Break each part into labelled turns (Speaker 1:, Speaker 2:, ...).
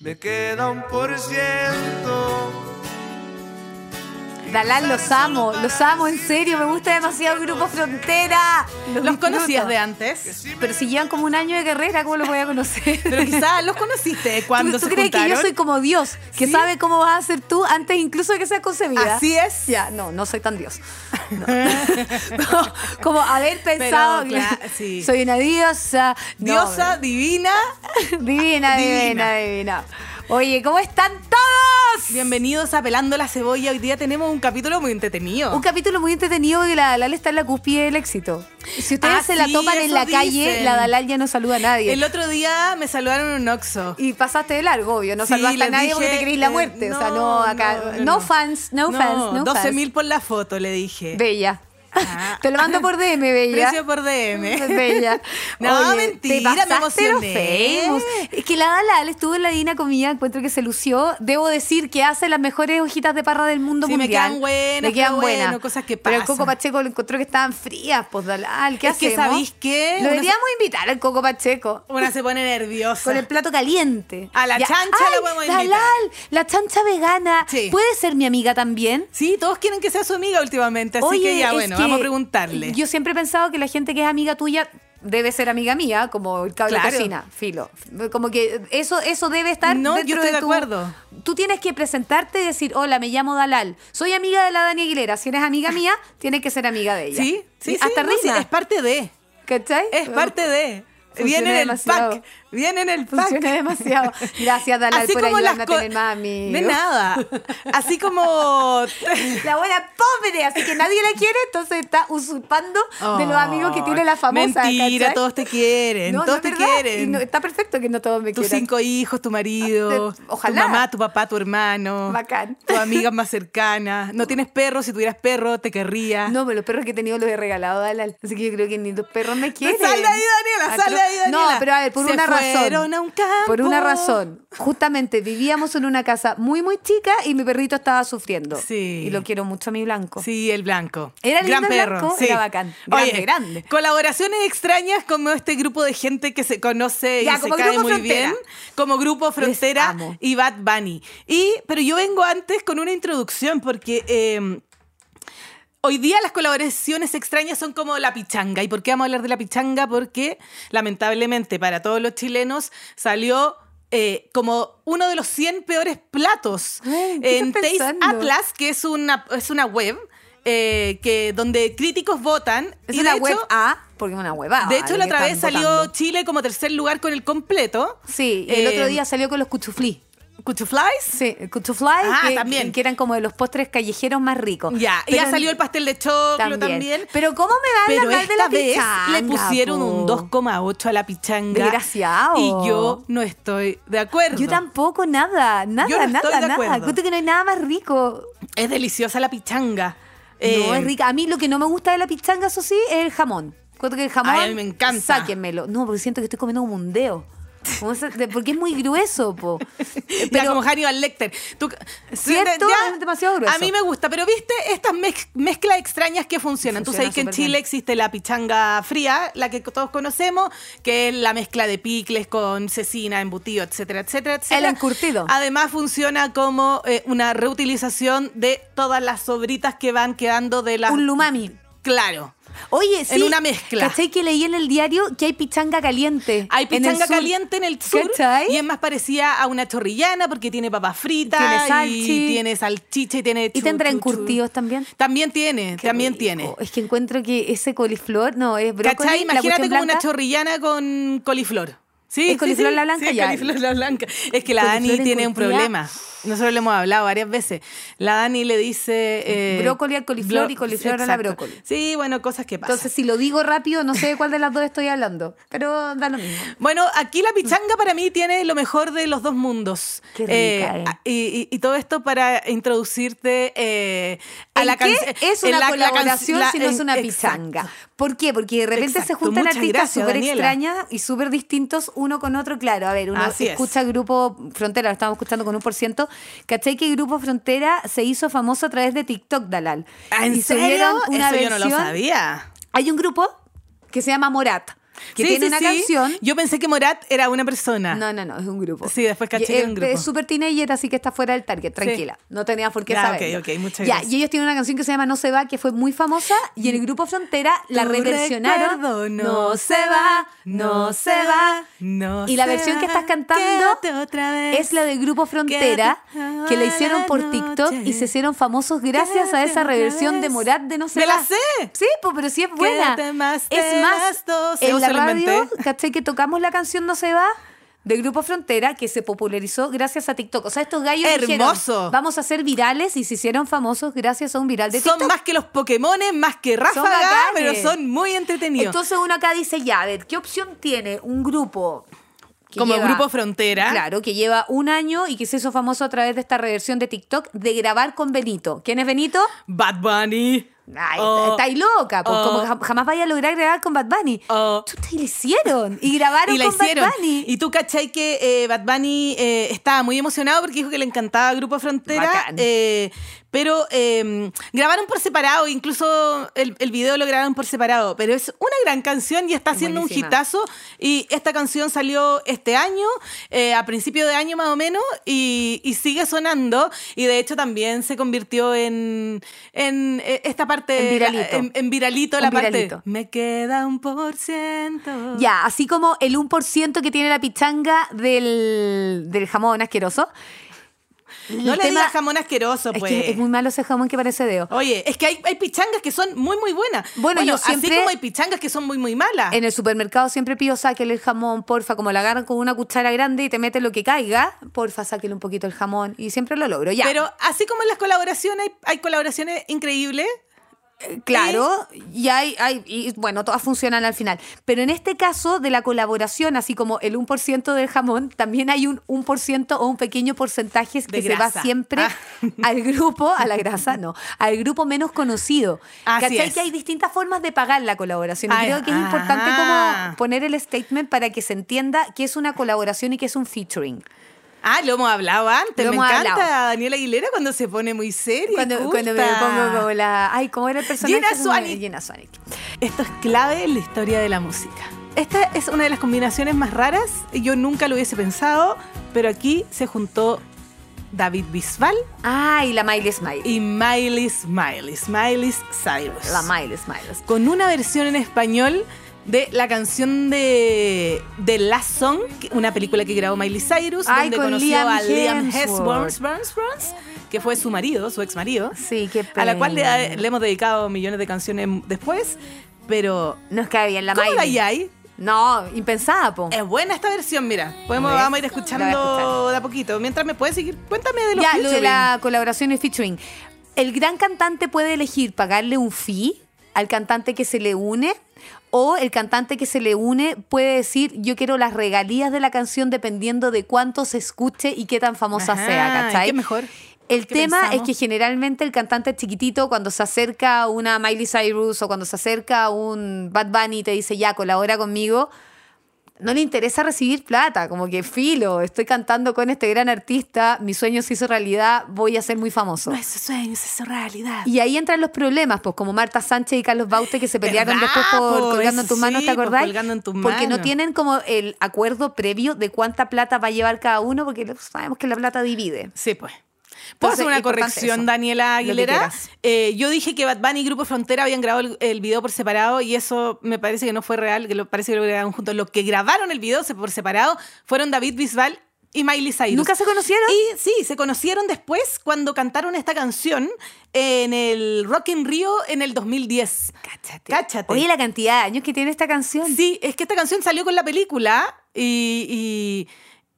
Speaker 1: Me queda un por ciento.
Speaker 2: Dalal, los amo, los amo, en serio, me gusta demasiado el Grupo Frontera.
Speaker 3: ¿Los,
Speaker 2: disfruto.
Speaker 3: conocías de antes?
Speaker 2: Pero si llevan como un año de carrera, ¿cómo los voy a conocer?
Speaker 3: Pero quizás los conociste cuando
Speaker 2: ¿Tú, tú
Speaker 3: se
Speaker 2: crees que yo
Speaker 3: juntaron?
Speaker 2: soy como Dios, que
Speaker 3: Sí.
Speaker 2: sabe cómo vas a ser tú antes incluso de que seas concebida?
Speaker 3: Así es.
Speaker 2: Ya, no, no soy tan Dios. No. No, como haber pensado que
Speaker 3: cla- sí.
Speaker 2: soy una diosa. No,
Speaker 3: Diosa divina,
Speaker 2: Divina, divina,
Speaker 3: Divina.
Speaker 2: divina. Oye, ¿cómo están todos?
Speaker 3: bienvenidos a Pelando la Cebolla. Hoy día tenemos un capítulo muy entretenido.
Speaker 2: Un capítulo muy entretenido que la Dalal está en la cúspide del éxito. Si ustedes
Speaker 3: Ah,
Speaker 2: se la
Speaker 3: sí,
Speaker 2: topan en
Speaker 3: eso
Speaker 2: la calle,
Speaker 3: dicen.
Speaker 2: la Dalal ya no saluda a nadie.
Speaker 3: El otro día me saludaron en un Oxxo.
Speaker 2: Y pasaste de largo, obvio. No
Speaker 3: Sí,
Speaker 2: saludaste a
Speaker 3: les
Speaker 2: nadie
Speaker 3: dije,
Speaker 2: porque te creís la
Speaker 3: eh,
Speaker 2: muerte. o sea, no, acá. No, fans, no, fans, no
Speaker 3: 12
Speaker 2: fans.
Speaker 3: mil por la foto, le dije.
Speaker 2: Bella.
Speaker 3: Ah.
Speaker 2: Te lo mando por DM, Bella.
Speaker 3: Precio por DM.
Speaker 2: Bella.
Speaker 3: No,
Speaker 2: Oye, te
Speaker 3: mentira, me
Speaker 2: pasaste los
Speaker 3: emocioné.
Speaker 2: famous. Es que la Dalal estuvo en la Dina Comida, encuentro que se lució. Debo decir que hace las mejores hojitas de parra del mundo
Speaker 3: Sí, me
Speaker 2: mundial.
Speaker 3: quedan buenas,
Speaker 2: Me quedan
Speaker 3: pero bueno,
Speaker 2: buenas.
Speaker 3: cosas que
Speaker 2: Pero el
Speaker 3: pasan.
Speaker 2: Coco Pacheco lo encontró que estaban frías, pues Dalal. ¿Qué
Speaker 3: Es que,
Speaker 2: hacemos?
Speaker 3: ¿sabéis
Speaker 2: Lo
Speaker 3: qué? Uno se-
Speaker 2: deberíamos invitar al Coco Pacheco.
Speaker 3: Una se pone nerviosa.
Speaker 2: Con el plato caliente.
Speaker 3: A la chancha la
Speaker 2: ¡Ay,
Speaker 3: podemos
Speaker 2: Dalal,
Speaker 3: invitar.
Speaker 2: la chancha vegana.
Speaker 3: Sí.
Speaker 2: ¿Puede ser mi amiga también?
Speaker 3: Sí, todos quieren que sea su amiga últimamente, así
Speaker 2: Oye,
Speaker 3: que ya,
Speaker 2: es
Speaker 3: bueno,
Speaker 2: que
Speaker 3: vamos a preguntarle.
Speaker 2: Yo siempre he pensado que la gente que es amiga tuya debe ser amiga mía, como el cable
Speaker 3: Claro.
Speaker 2: de cocina, filo. Como que eso, eso debe estar.
Speaker 3: No, yo
Speaker 2: dentro
Speaker 3: estoy de
Speaker 2: tu-
Speaker 3: acuerdo.
Speaker 2: Tú tienes que presentarte y decir, hola, me llamo Dalal, soy amiga de la Dani Aguilera. Si eres amiga mía, tienes que ser amiga de ella.
Speaker 3: Sí, sí, sí,
Speaker 2: Y Hasta
Speaker 3: no, sí,
Speaker 2: rima,
Speaker 3: es parte de.
Speaker 2: ¿cachai?
Speaker 3: Es parte de.
Speaker 2: Funciona
Speaker 3: Viene en el
Speaker 2: demasiado.
Speaker 3: pack. Viene en el pack.
Speaker 2: Funciona demasiado. Gracias, Dalal, por ayudarme a
Speaker 3: co-
Speaker 2: tener más amigos.
Speaker 3: De nada. Así como.
Speaker 2: La buena pobre, así que nadie la quiere, entonces está usurpando de los amigos que tiene la famosa.
Speaker 3: Mentira,
Speaker 2: ¿cachai?
Speaker 3: todos te quieren.
Speaker 2: No, no
Speaker 3: todos
Speaker 2: es
Speaker 3: te
Speaker 2: verdad. Y
Speaker 3: quieren.
Speaker 2: no- está perfecto que no todos me
Speaker 3: Tus
Speaker 2: quieran.
Speaker 3: cinco hijos, tu marido,
Speaker 2: Eh, ojalá.
Speaker 3: tu mamá, tu papá, tu hermano,
Speaker 2: Bacán.
Speaker 3: tus amigas más cercanas. No tienes perro, si tuvieras perro te querría.
Speaker 2: No, pero los perros que he tenido los he regalado a Dalal. Así que yo creo que ni los perros me quieren.
Speaker 3: Sal de ahí, Daniela,
Speaker 2: Atro-
Speaker 3: sal de ahí, Daniela.
Speaker 2: No, pero a ver, por
Speaker 3: Se
Speaker 2: una razón.
Speaker 3: fueron a un campo.
Speaker 2: Por una razón. Justamente vivíamos en una casa muy, muy chica y mi perrito estaba sufriendo.
Speaker 3: Sí.
Speaker 2: Y lo quiero mucho a mi blanco.
Speaker 3: Sí, el blanco.
Speaker 2: Era
Speaker 3: Gran
Speaker 2: lindo el
Speaker 3: perro.
Speaker 2: blanco,
Speaker 3: sí.
Speaker 2: era bacán. Grande,
Speaker 3: Oye,
Speaker 2: grande.
Speaker 3: Colaboraciones extrañas como este grupo de gente que se conoce
Speaker 2: Ya,
Speaker 3: y se
Speaker 2: como
Speaker 3: cae
Speaker 2: Grupo
Speaker 3: muy
Speaker 2: Frontera.
Speaker 3: bien. Como Grupo Frontera
Speaker 2: amo.
Speaker 3: y Bad Bunny. Y, pero yo vengo antes con una introducción porque. eh, Hoy día las colaboraciones extrañas son como la pichanga. ¿Y por qué vamos a hablar de la pichanga? Porque lamentablemente para todos los chilenos salió eh, como uno de los 100 peores platos
Speaker 2: Ay, ¿qué
Speaker 3: en
Speaker 2: estás
Speaker 3: Taste
Speaker 2: pensando?
Speaker 3: Atlas, que es una, es una web eh, que, donde críticos votan.
Speaker 2: Es
Speaker 3: y de
Speaker 2: una
Speaker 3: hecho-
Speaker 2: web A, porque es una huevada.
Speaker 3: De hecho,
Speaker 2: lo
Speaker 3: la
Speaker 2: que
Speaker 3: otra vez
Speaker 2: están
Speaker 3: salió
Speaker 2: votando.
Speaker 3: Chile como tercer lugar con el completo.
Speaker 2: Sí, y el
Speaker 3: Eh,
Speaker 2: otro día salió con los cuchuflí.
Speaker 3: Cuchuflies.
Speaker 2: Sí, cuchuflí,
Speaker 3: Ah,
Speaker 2: que,
Speaker 3: también.
Speaker 2: que eran como de los postres callejeros más ricos.
Speaker 3: Ya, y
Speaker 2: Pero
Speaker 3: ya salió el pastel de choclo también.
Speaker 2: Pero ¿cómo me van a
Speaker 3: Pero
Speaker 2: hablar de
Speaker 3: esta
Speaker 2: la
Speaker 3: vez
Speaker 2: pichanga?
Speaker 3: le pusieron
Speaker 2: po?
Speaker 3: un 2,8 a la pichanga.
Speaker 2: Desgraciado.
Speaker 3: Y yo no estoy de acuerdo.
Speaker 2: Yo tampoco, nada, nada,
Speaker 3: Yo no estoy
Speaker 2: nada,
Speaker 3: de
Speaker 2: nada.
Speaker 3: acuerdo.
Speaker 2: Cuento que no hay nada más rico.
Speaker 3: Es deliciosa la pichanga.
Speaker 2: no,
Speaker 3: Eh,
Speaker 2: es rica. A mí lo que no me gusta de la pichanga, eso sí, es el jamón. Cuento que el jamón.
Speaker 3: Ay, a mí me encanta.
Speaker 2: Sáquenmelo. No, porque siento que estoy comiendo como un dedo. Como ese- de- Porque es muy grueso, po.
Speaker 3: ya
Speaker 2: Pero-
Speaker 3: como Hannibal Lecter. Tú-
Speaker 2: ¿Cierto?
Speaker 3: Ya,
Speaker 2: Es demasiado grueso.
Speaker 3: A mí me gusta, pero viste estas mez- mezclas extrañas que funcionan. Tú
Speaker 2: Funciona
Speaker 3: sabes que en
Speaker 2: súper bien.
Speaker 3: Chile existe la pichanga fría, la que todos conocemos, que es la mezcla de picles con cecina, embutido, etcétera, etcétera, etcétera.
Speaker 2: encurtido.
Speaker 3: Además funciona como eh, una reutilización de todas las sobritas que van quedando de la...
Speaker 2: Un lumami.
Speaker 3: Claro.
Speaker 2: Oye, sí.
Speaker 3: una mezcla.
Speaker 2: ¿Cachai que leí en el diario que hay pichanga caliente?
Speaker 3: Hay
Speaker 2: en el
Speaker 3: pichanga
Speaker 2: sur?
Speaker 3: caliente en el sur
Speaker 2: ¿Cachai?
Speaker 3: y es más parecida a una chorrillana porque tiene papas fritas
Speaker 2: Tiene salchi.
Speaker 3: y tiene salchicha y tiene
Speaker 2: ¿Y
Speaker 3: chu,
Speaker 2: tendrán
Speaker 3: chu, chu.
Speaker 2: curtidos también?
Speaker 3: También tiene,
Speaker 2: Qué
Speaker 3: también
Speaker 2: rico.
Speaker 3: tiene.
Speaker 2: Es que encuentro que ese coliflor, no, es brócoli.
Speaker 3: ¿Cachai?
Speaker 2: la
Speaker 3: Imagínate como
Speaker 2: cuestión
Speaker 3: una
Speaker 2: blanca.
Speaker 3: chorrillana con coliflor. Sí,
Speaker 2: ¿Es
Speaker 3: sí,
Speaker 2: coliflor
Speaker 3: sí.
Speaker 2: la blanca?
Speaker 3: Sí, es
Speaker 2: Ya.
Speaker 3: coliflor la blanca. Es que la
Speaker 2: Coliflor
Speaker 3: Dani tiene un
Speaker 2: encurtida.
Speaker 3: problema. Nosotros le hemos hablado varias veces. La Dani le dice... eh,
Speaker 2: Brócoli al coliflor
Speaker 3: bro-
Speaker 2: y coliflor a la
Speaker 3: exacto.
Speaker 2: brócoli.
Speaker 3: Sí, bueno, cosas que pasan.
Speaker 2: Entonces, si lo digo rápido, no sé de cuál de las dos estoy hablando, pero da lo mismo.
Speaker 3: Bueno, aquí la pichanga para mí tiene lo mejor de los dos mundos.
Speaker 2: mm. Qué rica, eh.
Speaker 3: a- y, y- y todo esto para introducirte eh, a
Speaker 2: ¿En
Speaker 3: la
Speaker 2: qué
Speaker 3: canción.
Speaker 2: es una colaboración si no es una pichanga? ¿Por qué? Porque de repente se
Speaker 3: Exacto.
Speaker 2: juntan
Speaker 3: Muchas
Speaker 2: artistas
Speaker 3: gracias,
Speaker 2: súper
Speaker 3: Daniela.
Speaker 2: extrañas y súper distintos uno con otro. Claro, a ver, uno
Speaker 3: Así es.
Speaker 2: escucha Grupo Frontera, lo estamos escuchando con un por ciento. ¿Cachai que Grupo Frontera se hizo famoso a través de TikTok, Dalal?
Speaker 3: ¿En
Speaker 2: y
Speaker 3: serio?
Speaker 2: subieron una
Speaker 3: Eso yo no
Speaker 2: versión
Speaker 3: lo sabía.
Speaker 2: Hay un grupo que se llama Morat. que
Speaker 3: Sí,
Speaker 2: tiene
Speaker 3: sí,
Speaker 2: una
Speaker 3: sí.
Speaker 2: canción.
Speaker 3: Yo pensé que Morat era una persona.
Speaker 2: No, no, no, es un grupo.
Speaker 3: Sí, después caché que
Speaker 2: Y,
Speaker 3: era un
Speaker 2: eh,
Speaker 3: grupo.
Speaker 2: Es súper teenager, así que está fuera del target, tranquila. No tenía por qué
Speaker 3: Ya,
Speaker 2: saber.
Speaker 3: Ah, ok, ok, muchas
Speaker 2: ya,
Speaker 3: gracias.
Speaker 2: Y ellos tienen una canción que se llama No se va, que fue muy famosa, y el grupo Frontera la
Speaker 3: Tu
Speaker 2: reversionaron.
Speaker 3: recuerdo no se va, no se va, no
Speaker 2: Y la
Speaker 3: se
Speaker 2: versión que
Speaker 3: va.
Speaker 2: estás cantando
Speaker 3: Quédate otra vez.
Speaker 2: es la de Grupo Frontera,
Speaker 3: Quédate
Speaker 2: que la hicieron
Speaker 3: la
Speaker 2: por TikTok y
Speaker 3: noche.
Speaker 2: se hicieron famosos gracias a
Speaker 3: Quédate
Speaker 2: esa
Speaker 3: otra
Speaker 2: reversión de
Speaker 3: vez.
Speaker 2: Morat de No se
Speaker 3: ¡Me la
Speaker 2: va.
Speaker 3: sé!
Speaker 2: Sí, po, pero sí es buena.
Speaker 3: Quédate más,
Speaker 2: es
Speaker 3: te
Speaker 2: más,
Speaker 3: das doce.
Speaker 2: en
Speaker 3: ¿O
Speaker 2: la
Speaker 3: se lo
Speaker 2: radio,
Speaker 3: inventé?
Speaker 2: ¿cachai? Que tocamos la canción No se va de Grupo Frontera, que se popularizó gracias a TikTok. O sea, estos gallos dijeron,
Speaker 3: Hermoso.
Speaker 2: vamos a ser virales y se hicieron famosos gracias a un viral de TikTok.
Speaker 3: Son más que los Pokémones, más que Ráfaga,
Speaker 2: bacanes.
Speaker 3: pero son muy entretenidos.
Speaker 2: Entonces uno acá dice, ya, a ver, ¿qué opción tiene un grupo? que
Speaker 3: Como
Speaker 2: lleva-
Speaker 3: Grupo Frontera.
Speaker 2: Claro, que lleva un año y que se hizo famoso a través de esta reversión de TikTok de grabar con Benito. ¿Quién es Benito?
Speaker 3: Bad Bunny.
Speaker 2: Ay,
Speaker 3: Oh,
Speaker 2: estáis loca, pues,
Speaker 3: oh.
Speaker 2: como jam- jamás vaya a lograr grabar con Bad Bunny.
Speaker 3: Oh.
Speaker 2: Chuta, y lo hicieron. Y grabaron
Speaker 3: y la
Speaker 2: con
Speaker 3: hicieron.
Speaker 2: Bad Bunny.
Speaker 3: Y tú, ¿cachai? Que eh, Bad Bunny eh, estaba muy emocionado porque dijo que le encantaba Grupo Frontera.
Speaker 2: Bacán.
Speaker 3: eh, pero eh, grabaron por separado, incluso el, el video lo grabaron por separado. Pero es una gran canción y está haciendo
Speaker 2: Buenísima.
Speaker 3: un hitazo. Y esta canción salió este año, eh, a principio de año más o menos, y, y sigue sonando. Y de hecho también se convirtió en, en eh, esta parte.
Speaker 2: En viralito.
Speaker 3: En, en viralito
Speaker 2: Un
Speaker 3: la
Speaker 2: viralito.
Speaker 3: parte. Me queda un por ciento.
Speaker 2: Ya, así como el 1% que tiene la pichanga del, del jamón asqueroso.
Speaker 3: No
Speaker 2: El
Speaker 3: le
Speaker 2: tema-
Speaker 3: digas jamón asqueroso,
Speaker 2: Es
Speaker 3: pues.
Speaker 2: que es muy malo ese jamón que parece dedo.
Speaker 3: Oye, es que hay, hay pichangas que son muy, muy buenas.
Speaker 2: Bueno, yo
Speaker 3: Así
Speaker 2: siempre-
Speaker 3: como hay pichangas que son muy, muy malas.
Speaker 2: En el supermercado siempre pido sáquele el jamón, porfa, como la agarran con una cuchara grande y te meten lo que caiga, porfa, sáquele un poquito el jamón. Y siempre lo logro. Ya,
Speaker 3: Pero así como en las colaboraciones, hay, hay colaboraciones increíbles.
Speaker 2: Claro, y hay, hay- y bueno, todas funcionan al final. Pero en este caso de la colaboración, así como el 1% del jamón, también hay un 1% o un pequeño porcentaje que
Speaker 3: De
Speaker 2: se va
Speaker 3: grasa.
Speaker 2: siempre
Speaker 3: Ah.
Speaker 2: al grupo, a la grasa, no, al grupo menos conocido.
Speaker 3: Así
Speaker 2: ¿Cachai?
Speaker 3: es.
Speaker 2: que hay distintas formas de pagar la colaboración? Y
Speaker 3: Ay,
Speaker 2: creo que es importante
Speaker 3: ajá.
Speaker 2: como poner el statement para que se entienda que es una colaboración y que es un featuring.
Speaker 3: Ah, lo hemos hablado antes.
Speaker 2: Lo
Speaker 3: me
Speaker 2: hemos
Speaker 3: encanta
Speaker 2: hablado.
Speaker 3: Daniela Aguilera cuando se pone muy seria. y
Speaker 2: Cuando, cuando me
Speaker 3: culta.
Speaker 2: pongo como la... Ay, ¿cómo era el personaje?
Speaker 3: Gina
Speaker 2: Se me-
Speaker 3: Suárez.
Speaker 2: Gina Suárez.
Speaker 3: Esto es clave en la historia de la música. Esta es una de las combinaciones más raras. Yo nunca lo hubiese pensado, pero aquí se juntó David Bisbal
Speaker 2: Ay, la Miley Smiley.
Speaker 3: y Miley Smiley, Miley Cyrus.
Speaker 2: La Miley Cyrus.
Speaker 3: con una versión en español de la canción de, de Last Song, que- una película que grabó Miley Cyrus,
Speaker 2: Ay,
Speaker 3: donde
Speaker 2: con
Speaker 3: conoció
Speaker 2: Liam
Speaker 3: a Liam
Speaker 2: Hemsworth.
Speaker 3: Hemsworth, Burns, Burns, que fue su marido, su ex marido,
Speaker 2: Sí, qué
Speaker 3: a la cual
Speaker 2: pena.
Speaker 3: le, le hemos dedicado millones de canciones después, pero
Speaker 2: Nos cae bien la
Speaker 3: ¿cómo la Eh,
Speaker 2: Miley.
Speaker 3: hay?
Speaker 2: No, impensada, po.
Speaker 3: Es buena esta versión, mira. Podemos,
Speaker 2: Muy bien.
Speaker 3: vamos a ir
Speaker 2: La voy a
Speaker 3: escuchando
Speaker 2: escuchar.
Speaker 3: de a poquito. Mientras me puedes seguir, cuéntame de los
Speaker 2: ya, lo de
Speaker 3: featuring.
Speaker 2: la colaboración y featuring. El gran cantante puede elegir pagarle un fee al cantante que se le une o el cantante que se le une puede decir yo quiero las regalías de la canción dependiendo de cuánto se escuche y qué tan famosa
Speaker 3: Ajá,
Speaker 2: sea,
Speaker 3: ¿y
Speaker 2: ¿cachai?
Speaker 3: qué mejor?
Speaker 2: El
Speaker 3: ¿Qué
Speaker 2: tema es
Speaker 3: pensamos?
Speaker 2: que generalmente el cantante chiquitito cuando se acerca a una Miley Cyrus o cuando se acerca a un Bad Bunny y te dice ya, colabora conmigo, no le interesa recibir plata, como que filo, estoy cantando con este gran artista, mi sueño se hizo realidad, voy a ser muy famoso.
Speaker 3: Nuestros sueños es realidad.
Speaker 2: Y ahí entran los problemas, pues como Marta Sánchez y Carlos Baute que se pelearon
Speaker 3: ¿Verdad,
Speaker 2: después por
Speaker 3: po?
Speaker 2: colgando en
Speaker 3: Eso
Speaker 2: tus manos,
Speaker 3: sí,
Speaker 2: ¿te
Speaker 3: por
Speaker 2: acordás?
Speaker 3: colgando en tus
Speaker 2: Porque no
Speaker 3: manos.
Speaker 2: tienen como el acuerdo previo de cuánta plata va a llevar cada uno, porque sabemos que la plata divide.
Speaker 3: Sí, pues. ¿Puedo hacer
Speaker 2: Entonces,
Speaker 3: una
Speaker 2: importante
Speaker 3: corrección,
Speaker 2: eso.
Speaker 3: Daniela
Speaker 2: Lo que
Speaker 3: Aguilera?
Speaker 2: quieras.
Speaker 3: Eh, yo dije que Bad Bunny y Grupo Frontera habían grabado el, el video por separado y eso me parece que no fue real, que lo, parece que lo grabaron juntos. Los que grabaron el video se- por separado fueron David Bisbal y Miley Cyrus.
Speaker 2: ¿Nunca se conocieron?
Speaker 3: Y sí, se conocieron después cuando cantaron esta canción en el Rock in Rio en el 2010.
Speaker 2: Cáchate.
Speaker 3: Cáchate.
Speaker 2: Oye, la cantidad de años que tiene esta canción.
Speaker 3: Sí, es que esta canción salió con la película y, y-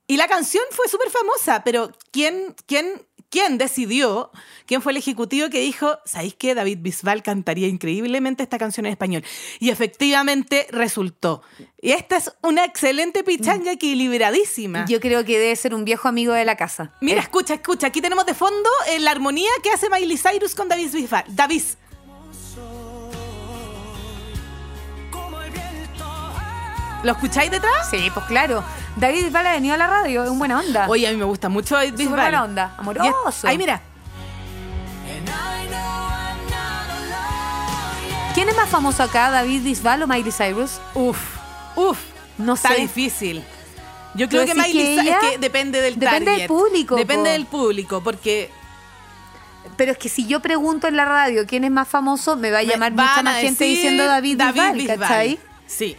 Speaker 3: y la canción fue súper famosa, pero ¿quién, quién, ¿quién decidió? ¿Quién fue el ejecutivo que dijo, ¿sabéis que David Bisbal cantaría increíblemente esta canción en español? Y efectivamente resultó. Y esta es una excelente pichanga equilibradísima.
Speaker 2: Yo creo que debe ser un viejo amigo de la casa.
Speaker 3: Mira,
Speaker 2: Eh,
Speaker 3: escucha, escucha, aquí tenemos de fondo eh, la armonía que hace Miley Cyrus con David Bisbal. David, ¿lo escucháis detrás?
Speaker 2: Sí, pues claro. David Bisbal ha venido a la radio, es un buena onda.
Speaker 3: Oye, a mí me gusta mucho David
Speaker 2: Súper
Speaker 3: Bisbal.
Speaker 2: buena onda, amoroso.
Speaker 3: Ahí mira.
Speaker 2: ¿Quién es más famoso acá, David Bisbal o Miley Cyrus?
Speaker 3: Uf, Uf,
Speaker 2: No
Speaker 3: está
Speaker 2: sé.
Speaker 3: difícil. Yo
Speaker 2: Pero
Speaker 3: creo que
Speaker 2: así
Speaker 3: Miley
Speaker 2: que
Speaker 3: Cyrus-
Speaker 2: ella-
Speaker 3: es que depende del
Speaker 2: depende del
Speaker 3: target.
Speaker 2: público,
Speaker 3: Depende
Speaker 2: po.
Speaker 3: del público, porque
Speaker 2: Pero es que si yo pregunto en la radio quién es más famoso, me va a
Speaker 3: me
Speaker 2: llamar
Speaker 3: van
Speaker 2: mucha
Speaker 3: a
Speaker 2: más gente
Speaker 3: decir
Speaker 2: diciendo David, Bisbal,
Speaker 3: Bisbal.
Speaker 2: ¿cachai?
Speaker 3: Sí.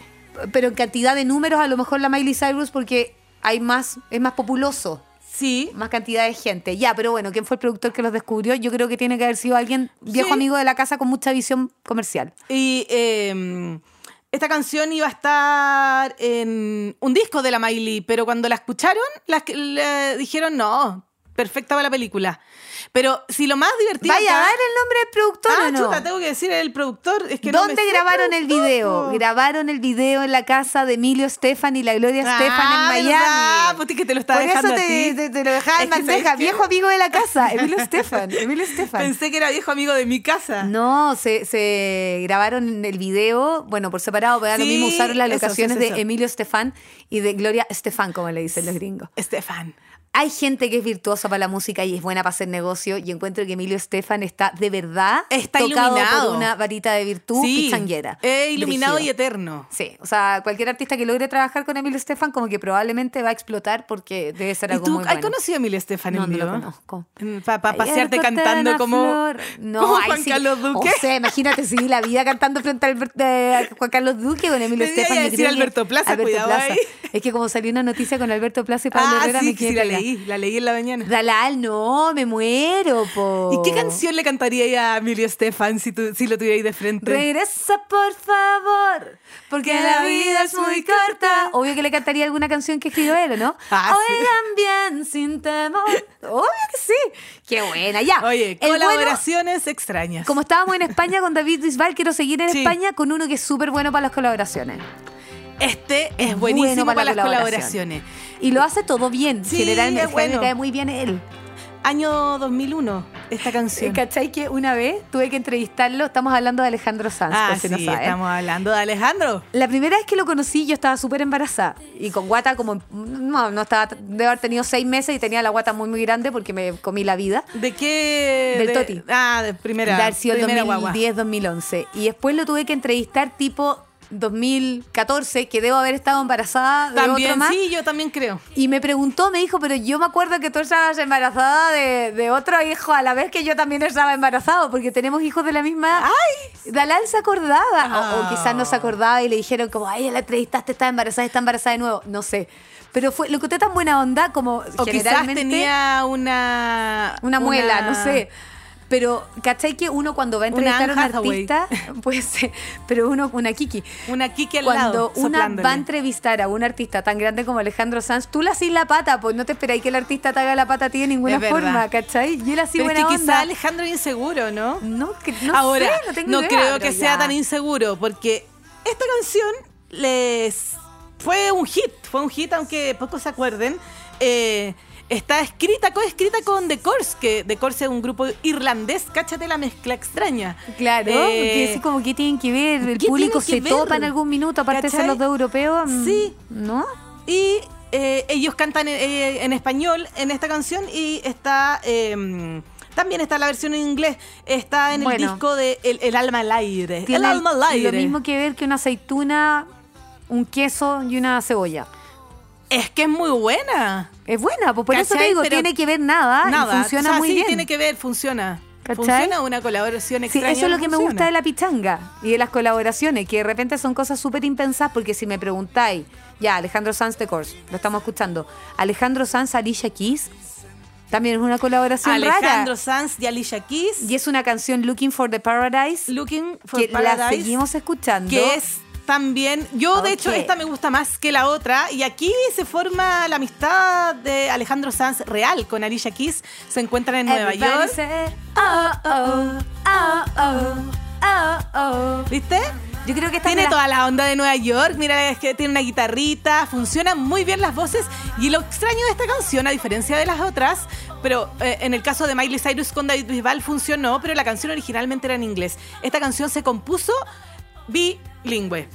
Speaker 2: Pero en cantidad de números, a lo mejor la Miley Cyrus porque hay más, es más populoso,
Speaker 3: Sí.
Speaker 2: más cantidad de gente. Ya, pero bueno, ¿quién fue el productor que los descubrió? Yo creo que tiene que haber sido alguien viejo
Speaker 3: Sí.
Speaker 2: amigo de la casa con mucha visión comercial.
Speaker 3: Y eh, esta canción iba a estar en un disco de la Miley, pero cuando la escucharon, las que- le dijeron no, perfecta para la película. Pero si lo más divertido.
Speaker 2: ¿Vaya a
Speaker 3: acá-
Speaker 2: dar el nombre del productor
Speaker 3: Ah,
Speaker 2: o no?
Speaker 3: chuta, tengo que decir el productor. Es que no
Speaker 2: ¿Dónde
Speaker 3: me sé
Speaker 2: grabaron el
Speaker 3: productor,
Speaker 2: video?
Speaker 3: po.
Speaker 2: Grabaron el video en la casa de Emilio Stefan y la Gloria
Speaker 3: Ah,
Speaker 2: Estefan en
Speaker 3: ¿verdad?
Speaker 2: Miami.
Speaker 3: Pues es que te lo estaba
Speaker 2: Por
Speaker 3: dejando
Speaker 2: eso
Speaker 3: a
Speaker 2: te,
Speaker 3: ti.
Speaker 2: te- te lo dejaba en
Speaker 3: Es que,
Speaker 2: bandeja.
Speaker 3: ¿sabes qué?
Speaker 2: Viejo amigo de la casa, Emilio Estefan. Emilio Estefan.
Speaker 3: Pensé que era viejo amigo de mi casa.
Speaker 2: No, se, se grabaron el video, bueno, por separado, pero da lo
Speaker 3: Sí,
Speaker 2: mismo usaron las
Speaker 3: eso, sí,
Speaker 2: locaciones
Speaker 3: eso.
Speaker 2: de Emilio Estefan y de Gloria Estefan, como le dicen los gringos.
Speaker 3: Estefan.
Speaker 2: Hay gente que es virtuosa para la música y es buena para hacer negocio y encuentro que Emilio Estefan está de verdad
Speaker 3: Está
Speaker 2: tocado
Speaker 3: iluminado.
Speaker 2: por una varita de virtud
Speaker 3: Sí,
Speaker 2: pichanguera.
Speaker 3: eh, iluminado
Speaker 2: Brígido.
Speaker 3: y eterno.
Speaker 2: Sí, o sea, cualquier artista que logre trabajar con Emilio Estefan como que probablemente va a explotar porque debe ser
Speaker 3: ¿Y
Speaker 2: algo
Speaker 3: tú
Speaker 2: muy
Speaker 3: has
Speaker 2: bueno.
Speaker 3: conocido a Emilio Estefan
Speaker 2: No,
Speaker 3: en
Speaker 2: no
Speaker 3: vivo?
Speaker 2: lo conozco.
Speaker 3: Para
Speaker 2: Ayer
Speaker 3: pasearte
Speaker 2: corté
Speaker 3: cantando
Speaker 2: una
Speaker 3: como,
Speaker 2: flor. no,
Speaker 3: como
Speaker 2: ay,
Speaker 3: Juan
Speaker 2: sí.
Speaker 3: Carlos Duque.
Speaker 2: O sea, imagínate si la vida cantando frente a Albert- eh, a Juan Carlos Duque con Emilio
Speaker 3: Pensé que
Speaker 2: Estefan.
Speaker 3: iba a
Speaker 2: yo
Speaker 3: decir
Speaker 2: creo que-
Speaker 3: Alberto Plaza, cuidado ahí.
Speaker 2: Es que como salió una noticia con Alberto Plaza y Pablo
Speaker 3: ah,
Speaker 2: Herrera,
Speaker 3: sí,
Speaker 2: me
Speaker 3: que
Speaker 2: quedé
Speaker 3: sí, la
Speaker 2: pegada.
Speaker 3: leí, la leí en la mañana.
Speaker 2: Dalal, no, me muero, po.
Speaker 3: ¿Y qué canción le cantaría a Emilio Estefan si, tú- si lo tuvierais de frente?
Speaker 2: Regresa, por favor, porque la vida es muy corta. Obvio que le cantaría alguna canción que escribió él, ¿o ¿no?
Speaker 3: Ah, sí.
Speaker 2: Oigan bien, sin temor. Obvio que sí. Qué buena, ya.
Speaker 3: Oye,
Speaker 2: El bueno-
Speaker 3: colaboraciones extrañas.
Speaker 2: Como estábamos en España con David Bisbal, quiero seguir en
Speaker 3: Sí.
Speaker 2: España con uno que es súper bueno para las colaboraciones.
Speaker 3: Este es
Speaker 2: bueno
Speaker 3: buenísimo
Speaker 2: para
Speaker 3: para,
Speaker 2: la
Speaker 3: las
Speaker 2: colaboración.
Speaker 3: colaboraciones.
Speaker 2: Y lo hace todo bien.
Speaker 3: Sí,
Speaker 2: Generalmente
Speaker 3: es bueno.
Speaker 2: me cae muy bien él.
Speaker 3: Año 2001, esta canción.
Speaker 2: ¿Cachai que una vez tuve que entrevistarlo? Estamos hablando de Alejandro Sanz,
Speaker 3: Ah,
Speaker 2: por pues si
Speaker 3: sí,
Speaker 2: no saben.
Speaker 3: estamos hablando de Alejandro.
Speaker 2: La primera vez que lo conocí yo estaba súper embarazada y con guata como... No, no estaba... Debo haber tenido seis meses y tenía la guata muy, muy grande porque me comí la vida.
Speaker 3: ¿De qué?
Speaker 2: Del
Speaker 3: de-
Speaker 2: Toti.
Speaker 3: Ah, de primera.
Speaker 2: de haber sido el
Speaker 3: primera guagua.
Speaker 2: 2010, 2011. Y después lo tuve que entrevistar tipo 2014, que debo haber estado embarazada de otro
Speaker 3: También,
Speaker 2: más.
Speaker 3: sí, yo también creo.
Speaker 2: Y me preguntó, me dijo, pero yo me acuerdo que tú estabas embarazada de, de otro hijo a la vez que yo también estaba embarazado, porque tenemos hijos de la misma... ¡Ay! Dalal se acordaba,
Speaker 3: Ah.
Speaker 2: o, o quizás no se acordaba y le dijeron como, ay, la entrevistaste, está embarazada, está embarazada de nuevo, no sé. Pero fue, lo conté tan buena onda como
Speaker 3: O quizás
Speaker 2: generalmente
Speaker 3: tenía una...
Speaker 2: una muela, no sé. Pero, ¿cachai que uno cuando va a
Speaker 3: Una
Speaker 2: entrevistar a un
Speaker 3: Anne Hathaway.
Speaker 2: artista, pues, pero uno, una Kiki,
Speaker 3: Una Kiki al
Speaker 2: cuando
Speaker 3: lado,
Speaker 2: una
Speaker 3: soplándole.
Speaker 2: va a entrevistar a un artista tan grande como Alejandro Sanz, tú le haces la pata, pues no te esperáis que el artista te haga la pata a ti de ninguna
Speaker 3: Es verdad.
Speaker 2: forma, ¿cachai? Y él así
Speaker 3: Pero es
Speaker 2: buena
Speaker 3: que
Speaker 2: onda.
Speaker 3: quizá Alejandro es inseguro, ¿no?
Speaker 2: No, que- no
Speaker 3: Ahora,
Speaker 2: sé, no tengo idea,
Speaker 3: creo que
Speaker 2: pero
Speaker 3: sea
Speaker 2: ya.
Speaker 3: tan inseguro, porque esta canción les fue un hit, fue un hit, aunque pocos se acuerden. Eh, está escrita, coescrita con The Course, que The Course es un grupo irlandés, cáchate la mezcla extraña.
Speaker 2: Claro,
Speaker 3: Eh,
Speaker 2: porque así como que tienen que ver, el
Speaker 3: ¿qué
Speaker 2: público se
Speaker 3: tienen que ver?
Speaker 2: topa en algún minuto, aparte de ser
Speaker 3: ¿Cachai?
Speaker 2: los dos europeos. mm,
Speaker 3: Sí.
Speaker 2: ¿No?
Speaker 3: Y eh, ellos cantan eh, en español en esta canción y está... eh, también está la versión en inglés, está en el
Speaker 2: Bueno.
Speaker 3: disco de El, El alma al aire. El
Speaker 2: tiene
Speaker 3: alma al aire.
Speaker 2: lo mismo que ver que una aceituna, un queso y una cebolla.
Speaker 3: Es que es muy buena.
Speaker 2: Es buena, pues por eso te
Speaker 3: ¿Cachai?
Speaker 2: digo,
Speaker 3: Pero
Speaker 2: tiene que ver nada, Ah, y
Speaker 3: Nada.
Speaker 2: funciona
Speaker 3: O sea,
Speaker 2: muy
Speaker 3: sí,
Speaker 2: bien.
Speaker 3: tiene que ver, funciona.
Speaker 2: ¿Cachai?
Speaker 3: Funciona una colaboración
Speaker 2: Sí,
Speaker 3: extraña.
Speaker 2: eso es lo que me
Speaker 3: funciona.
Speaker 2: gusta de la pichanga y de las colaboraciones, que de repente son cosas súper impensadas, porque si me preguntáis, ya, Alejandro Sanz de Course, lo estamos escuchando, Alejandro Sanz, Alicia Keys, también es una colaboración
Speaker 3: Alejandro
Speaker 2: rara.
Speaker 3: Sanz y Alicia Keys.
Speaker 2: Y es una canción Looking for the Paradise,
Speaker 3: Looking for
Speaker 2: que la
Speaker 3: Paradise,
Speaker 2: seguimos escuchando.
Speaker 3: Que es también. Yo, de hecho,
Speaker 2: Ok.
Speaker 3: esta me gusta más que la otra. Y aquí se forma la amistad de Alejandro Sanz real con Alicia Keys. Se encuentran
Speaker 2: Eh,
Speaker 3: en Nueva
Speaker 2: Everybody
Speaker 3: York.
Speaker 2: say, oh, oh, oh, oh, oh, oh.
Speaker 3: ¿Viste?
Speaker 2: Yo creo que esta es de
Speaker 3: Tiene
Speaker 2: las
Speaker 3: toda la onda de Nueva York, mira, es que tiene una guitarrita, funcionan muy bien las voces. Y lo extraño de esta canción, a diferencia de las otras, pero eh, en el caso de Miley Cyrus con David Bisbal funcionó, pero la canción originalmente era en inglés. Esta canción se compuso bilingüe.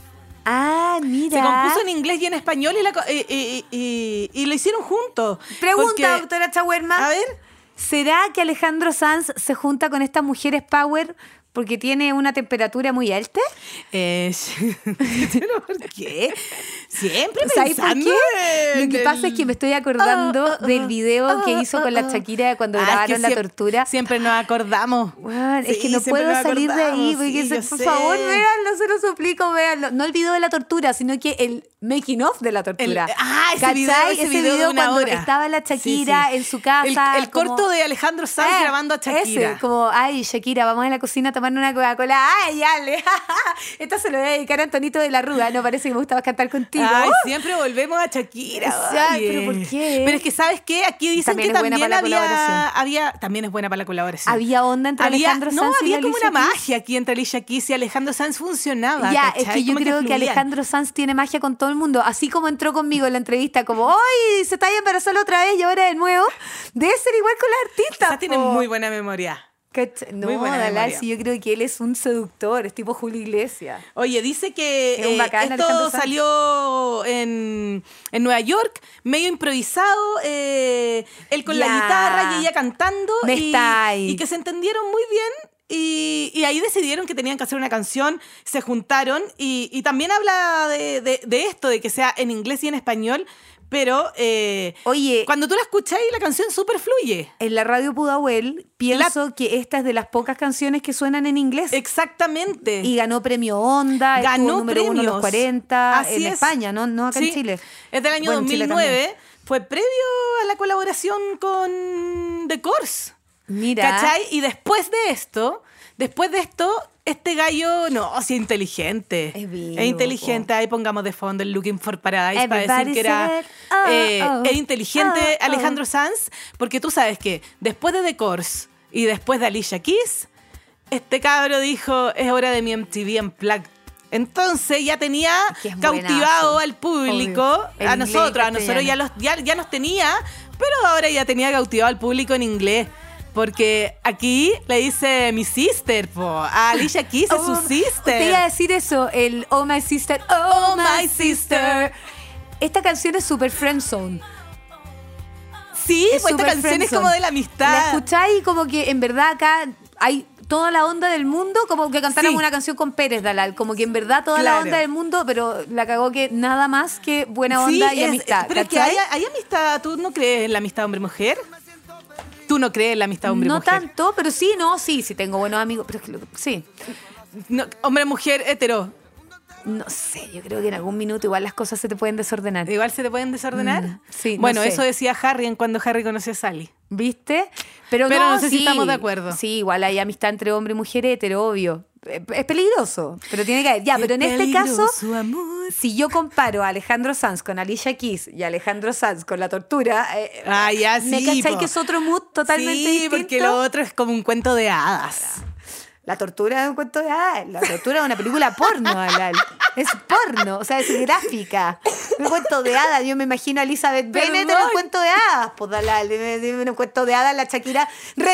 Speaker 2: Ah, mira.
Speaker 3: Se compuso en inglés y en español y, la co- y- y- y- y lo hicieron juntos.
Speaker 2: Pregunta,
Speaker 3: Porque-
Speaker 2: doctora Chahuerma.
Speaker 3: A ver.
Speaker 2: ¿Será que Alejandro Sanz se junta con estas mujeres power porque tiene una temperatura muy alta. ¿Eh?
Speaker 3: Eh, pero ¿Por qué? Siempre
Speaker 2: ¿Sabes por
Speaker 3: pensando
Speaker 2: qué? Lo
Speaker 3: en
Speaker 2: que
Speaker 3: el-
Speaker 2: pasa es que me estoy acordando
Speaker 3: Ah, ah,
Speaker 2: del video que
Speaker 3: ah,
Speaker 2: hizo con
Speaker 3: ah,
Speaker 2: la
Speaker 3: ah.
Speaker 2: Shakira cuando
Speaker 3: Ah, es que
Speaker 2: grabaron la
Speaker 3: siem-
Speaker 2: tortura.
Speaker 3: Siempre nos acordamos.
Speaker 2: Weón, es que
Speaker 3: Sí,
Speaker 2: no
Speaker 3: siempre
Speaker 2: puedo
Speaker 3: nos
Speaker 2: salir de ahí,
Speaker 3: acordamos,
Speaker 2: porque
Speaker 3: sí,
Speaker 2: se-
Speaker 3: yo
Speaker 2: por
Speaker 3: sé.
Speaker 2: favor, véanlo, se lo suplico, véanlo. No el video de la tortura, sino que el making of de la tortura.
Speaker 3: El- ah, ese video,
Speaker 2: ¿Cachai?
Speaker 3: ese video de una
Speaker 2: cuando
Speaker 3: hora.
Speaker 2: estaba la
Speaker 3: Sí, sí.
Speaker 2: Shakira en su casa.
Speaker 3: El, el
Speaker 2: como-
Speaker 3: corto de Alejandro Sanz
Speaker 2: Eh,
Speaker 3: grabando a Shakira.
Speaker 2: Ese, como, ay, Shakira, vamos a la cocina a tomar una Coca-Cola. Ay, Ale, esta se lo voy a dedicar a Antonito de la Rúa. No parece que me gustaba cantar contigo.
Speaker 3: Ay,
Speaker 2: Oh,
Speaker 3: siempre volvemos a Shakira.
Speaker 2: Ay,
Speaker 3: oye.
Speaker 2: pero ¿por qué?
Speaker 3: Pero es que sabes qué, aquí dicen
Speaker 2: También
Speaker 3: que
Speaker 2: es buena
Speaker 3: también
Speaker 2: para la
Speaker 3: había,
Speaker 2: colaboración.
Speaker 3: había, también es buena para la colaboración.
Speaker 2: Había onda entre
Speaker 3: Había-
Speaker 2: Alejandro
Speaker 3: no,
Speaker 2: Sanz y
Speaker 3: había
Speaker 2: la
Speaker 3: como
Speaker 2: Alicia
Speaker 3: una
Speaker 2: Keys.
Speaker 3: magia aquí entre Alicia Keys y Alejandro Sanz funcionaba.
Speaker 2: Ya, es
Speaker 3: ¿cachai?
Speaker 2: que yo
Speaker 3: Como
Speaker 2: creo que,
Speaker 3: fluían.
Speaker 2: Alejandro Sanz tiene magia con todo el mundo. Así como entró conmigo en la entrevista, como, ¡ay! Se está embarazando otra vez y ahora de nuevo. Debe ser igual con las artistas.
Speaker 3: Quizás tiene
Speaker 2: po.
Speaker 3: muy buena memoria.
Speaker 2: Cach- No,
Speaker 3: muy buena
Speaker 2: Dalal,
Speaker 3: memoria.
Speaker 2: si yo creo que él es un seductor, es tipo Julio Iglesias.
Speaker 3: Oye, dice que
Speaker 2: Es un
Speaker 3: eh,
Speaker 2: bacán, Alejandro
Speaker 3: esto
Speaker 2: Sanz.
Speaker 3: salió en, en Nueva York, medio improvisado, eh, él con
Speaker 2: Ya.
Speaker 3: la guitarra y ella cantando.
Speaker 2: Me
Speaker 3: y,
Speaker 2: está ahí.
Speaker 3: y que se entendieron muy bien. Y, y ahí decidieron que tenían que hacer una canción, se juntaron y, y también habla de, de- de esto, de que sea en inglés y en español, pero eh,
Speaker 2: Oye,
Speaker 3: cuando tú la escuchás la canción super fluye.
Speaker 2: en la radio Pudahuel pienso que esta es de las pocas canciones que suenan en inglés.
Speaker 3: Exactamente.
Speaker 2: Y ganó premio Onda, ganó
Speaker 3: ganó
Speaker 2: número uno en los
Speaker 3: premios.
Speaker 2: 40,
Speaker 3: Así
Speaker 2: en
Speaker 3: es.
Speaker 2: España, no, no acá en
Speaker 3: Sí.
Speaker 2: Chile.
Speaker 3: Es del año
Speaker 2: Bueno, en Chile
Speaker 3: 2009. Fue previo a la colaboración con The Course.
Speaker 2: Mira.
Speaker 3: ¿Cachai? Y después de esto, después de esto, este gallo, no, sí, es inteligente.
Speaker 2: Es vivo,
Speaker 3: inteligente. Ahí pongamos de fondo el Looking for Paradise para decir
Speaker 2: Everybody
Speaker 3: que era.
Speaker 2: said, oh,
Speaker 3: eh,
Speaker 2: oh,
Speaker 3: es inteligente
Speaker 2: oh, oh.
Speaker 3: Alejandro Sanz, porque tú sabes que después de The Course y después de Alicia Keys, este cabro dijo: es hora de mi MTV en plug. Entonces ya tenía
Speaker 2: que es
Speaker 3: cautivado
Speaker 2: buenazo,
Speaker 3: al público,
Speaker 2: obvio. En
Speaker 3: a
Speaker 2: inglés y
Speaker 3: nosotros, a nosotros ya
Speaker 2: castellano.
Speaker 3: los, ya, ya nos tenía, pero ahora ya tenía cautivado al público en inglés. Porque aquí le dice mi sister, po. A Alicia Keys es su
Speaker 2: Oh, Te iba a
Speaker 3: sister.
Speaker 2: decir eso, el Oh My Sister, Oh, my, Sister. Esta canción es super friend zone.
Speaker 3: Sí,
Speaker 2: Es
Speaker 3: pues esta
Speaker 2: súper
Speaker 3: canción es
Speaker 2: friendzone.
Speaker 3: como de la
Speaker 2: La
Speaker 3: amistad.
Speaker 2: escucháis y como que en verdad acá hay toda la onda del mundo, como que cantáramos
Speaker 3: Sí.
Speaker 2: una canción con Pérez Dalal, como que en verdad toda la
Speaker 3: Claro.
Speaker 2: onda del mundo, pero la cagó que nada más que buena onda
Speaker 3: Sí,
Speaker 2: y
Speaker 3: es-
Speaker 2: amistad.
Speaker 3: Pero es que hay,
Speaker 2: ¿cachai?
Speaker 3: hay amistad. ¿Tú no crees en la amistad hombre-mujer? ¿Tú no crees en la amistad
Speaker 2: no
Speaker 3: hombre-mujer?
Speaker 2: tanto, pero sí, no, sí, sí tengo buenos amigos, pero es que lo- sí.
Speaker 3: No, hombre-mujer hetero.
Speaker 2: No sé, yo creo que en algún minuto igual las cosas se te pueden desordenar.
Speaker 3: ¿Igual se te pueden desordenar?
Speaker 2: Mm, sí, no
Speaker 3: Bueno,
Speaker 2: sé.
Speaker 3: eso decía Harry en cuando Harry conoció a Sally.
Speaker 2: ¿Viste? Pero,
Speaker 3: Pero
Speaker 2: no,
Speaker 3: no sé si
Speaker 2: sí.
Speaker 3: estamos de acuerdo.
Speaker 2: Sí, igual hay amistad entre hombre y mujer hetero, obvio. Eh, Es peligroso, pero tiene que haber. Ya, pero en este caso,
Speaker 3: Su amor.
Speaker 2: si yo comparo a Alejandro Sanz con Alicia Keys y a Alejandro Sanz con la tortura, eh,
Speaker 3: Ah, ya,
Speaker 2: ¿me
Speaker 3: sí,
Speaker 2: cachai
Speaker 3: po.
Speaker 2: que es otro mood totalmente
Speaker 3: sí,
Speaker 2: distinto?
Speaker 3: porque lo otro es como un cuento de hadas.
Speaker 2: La tortura es un cuento de ah, La tortura es una película porno, Alal. Es porno, o sea, es gráfica. Un cuento de hadas. Yo me imagino a Elizabeth Bennet en
Speaker 3: Perdón.
Speaker 2: un cuento de hadas, pues Dalal. En un cuento de hadas, la Shakira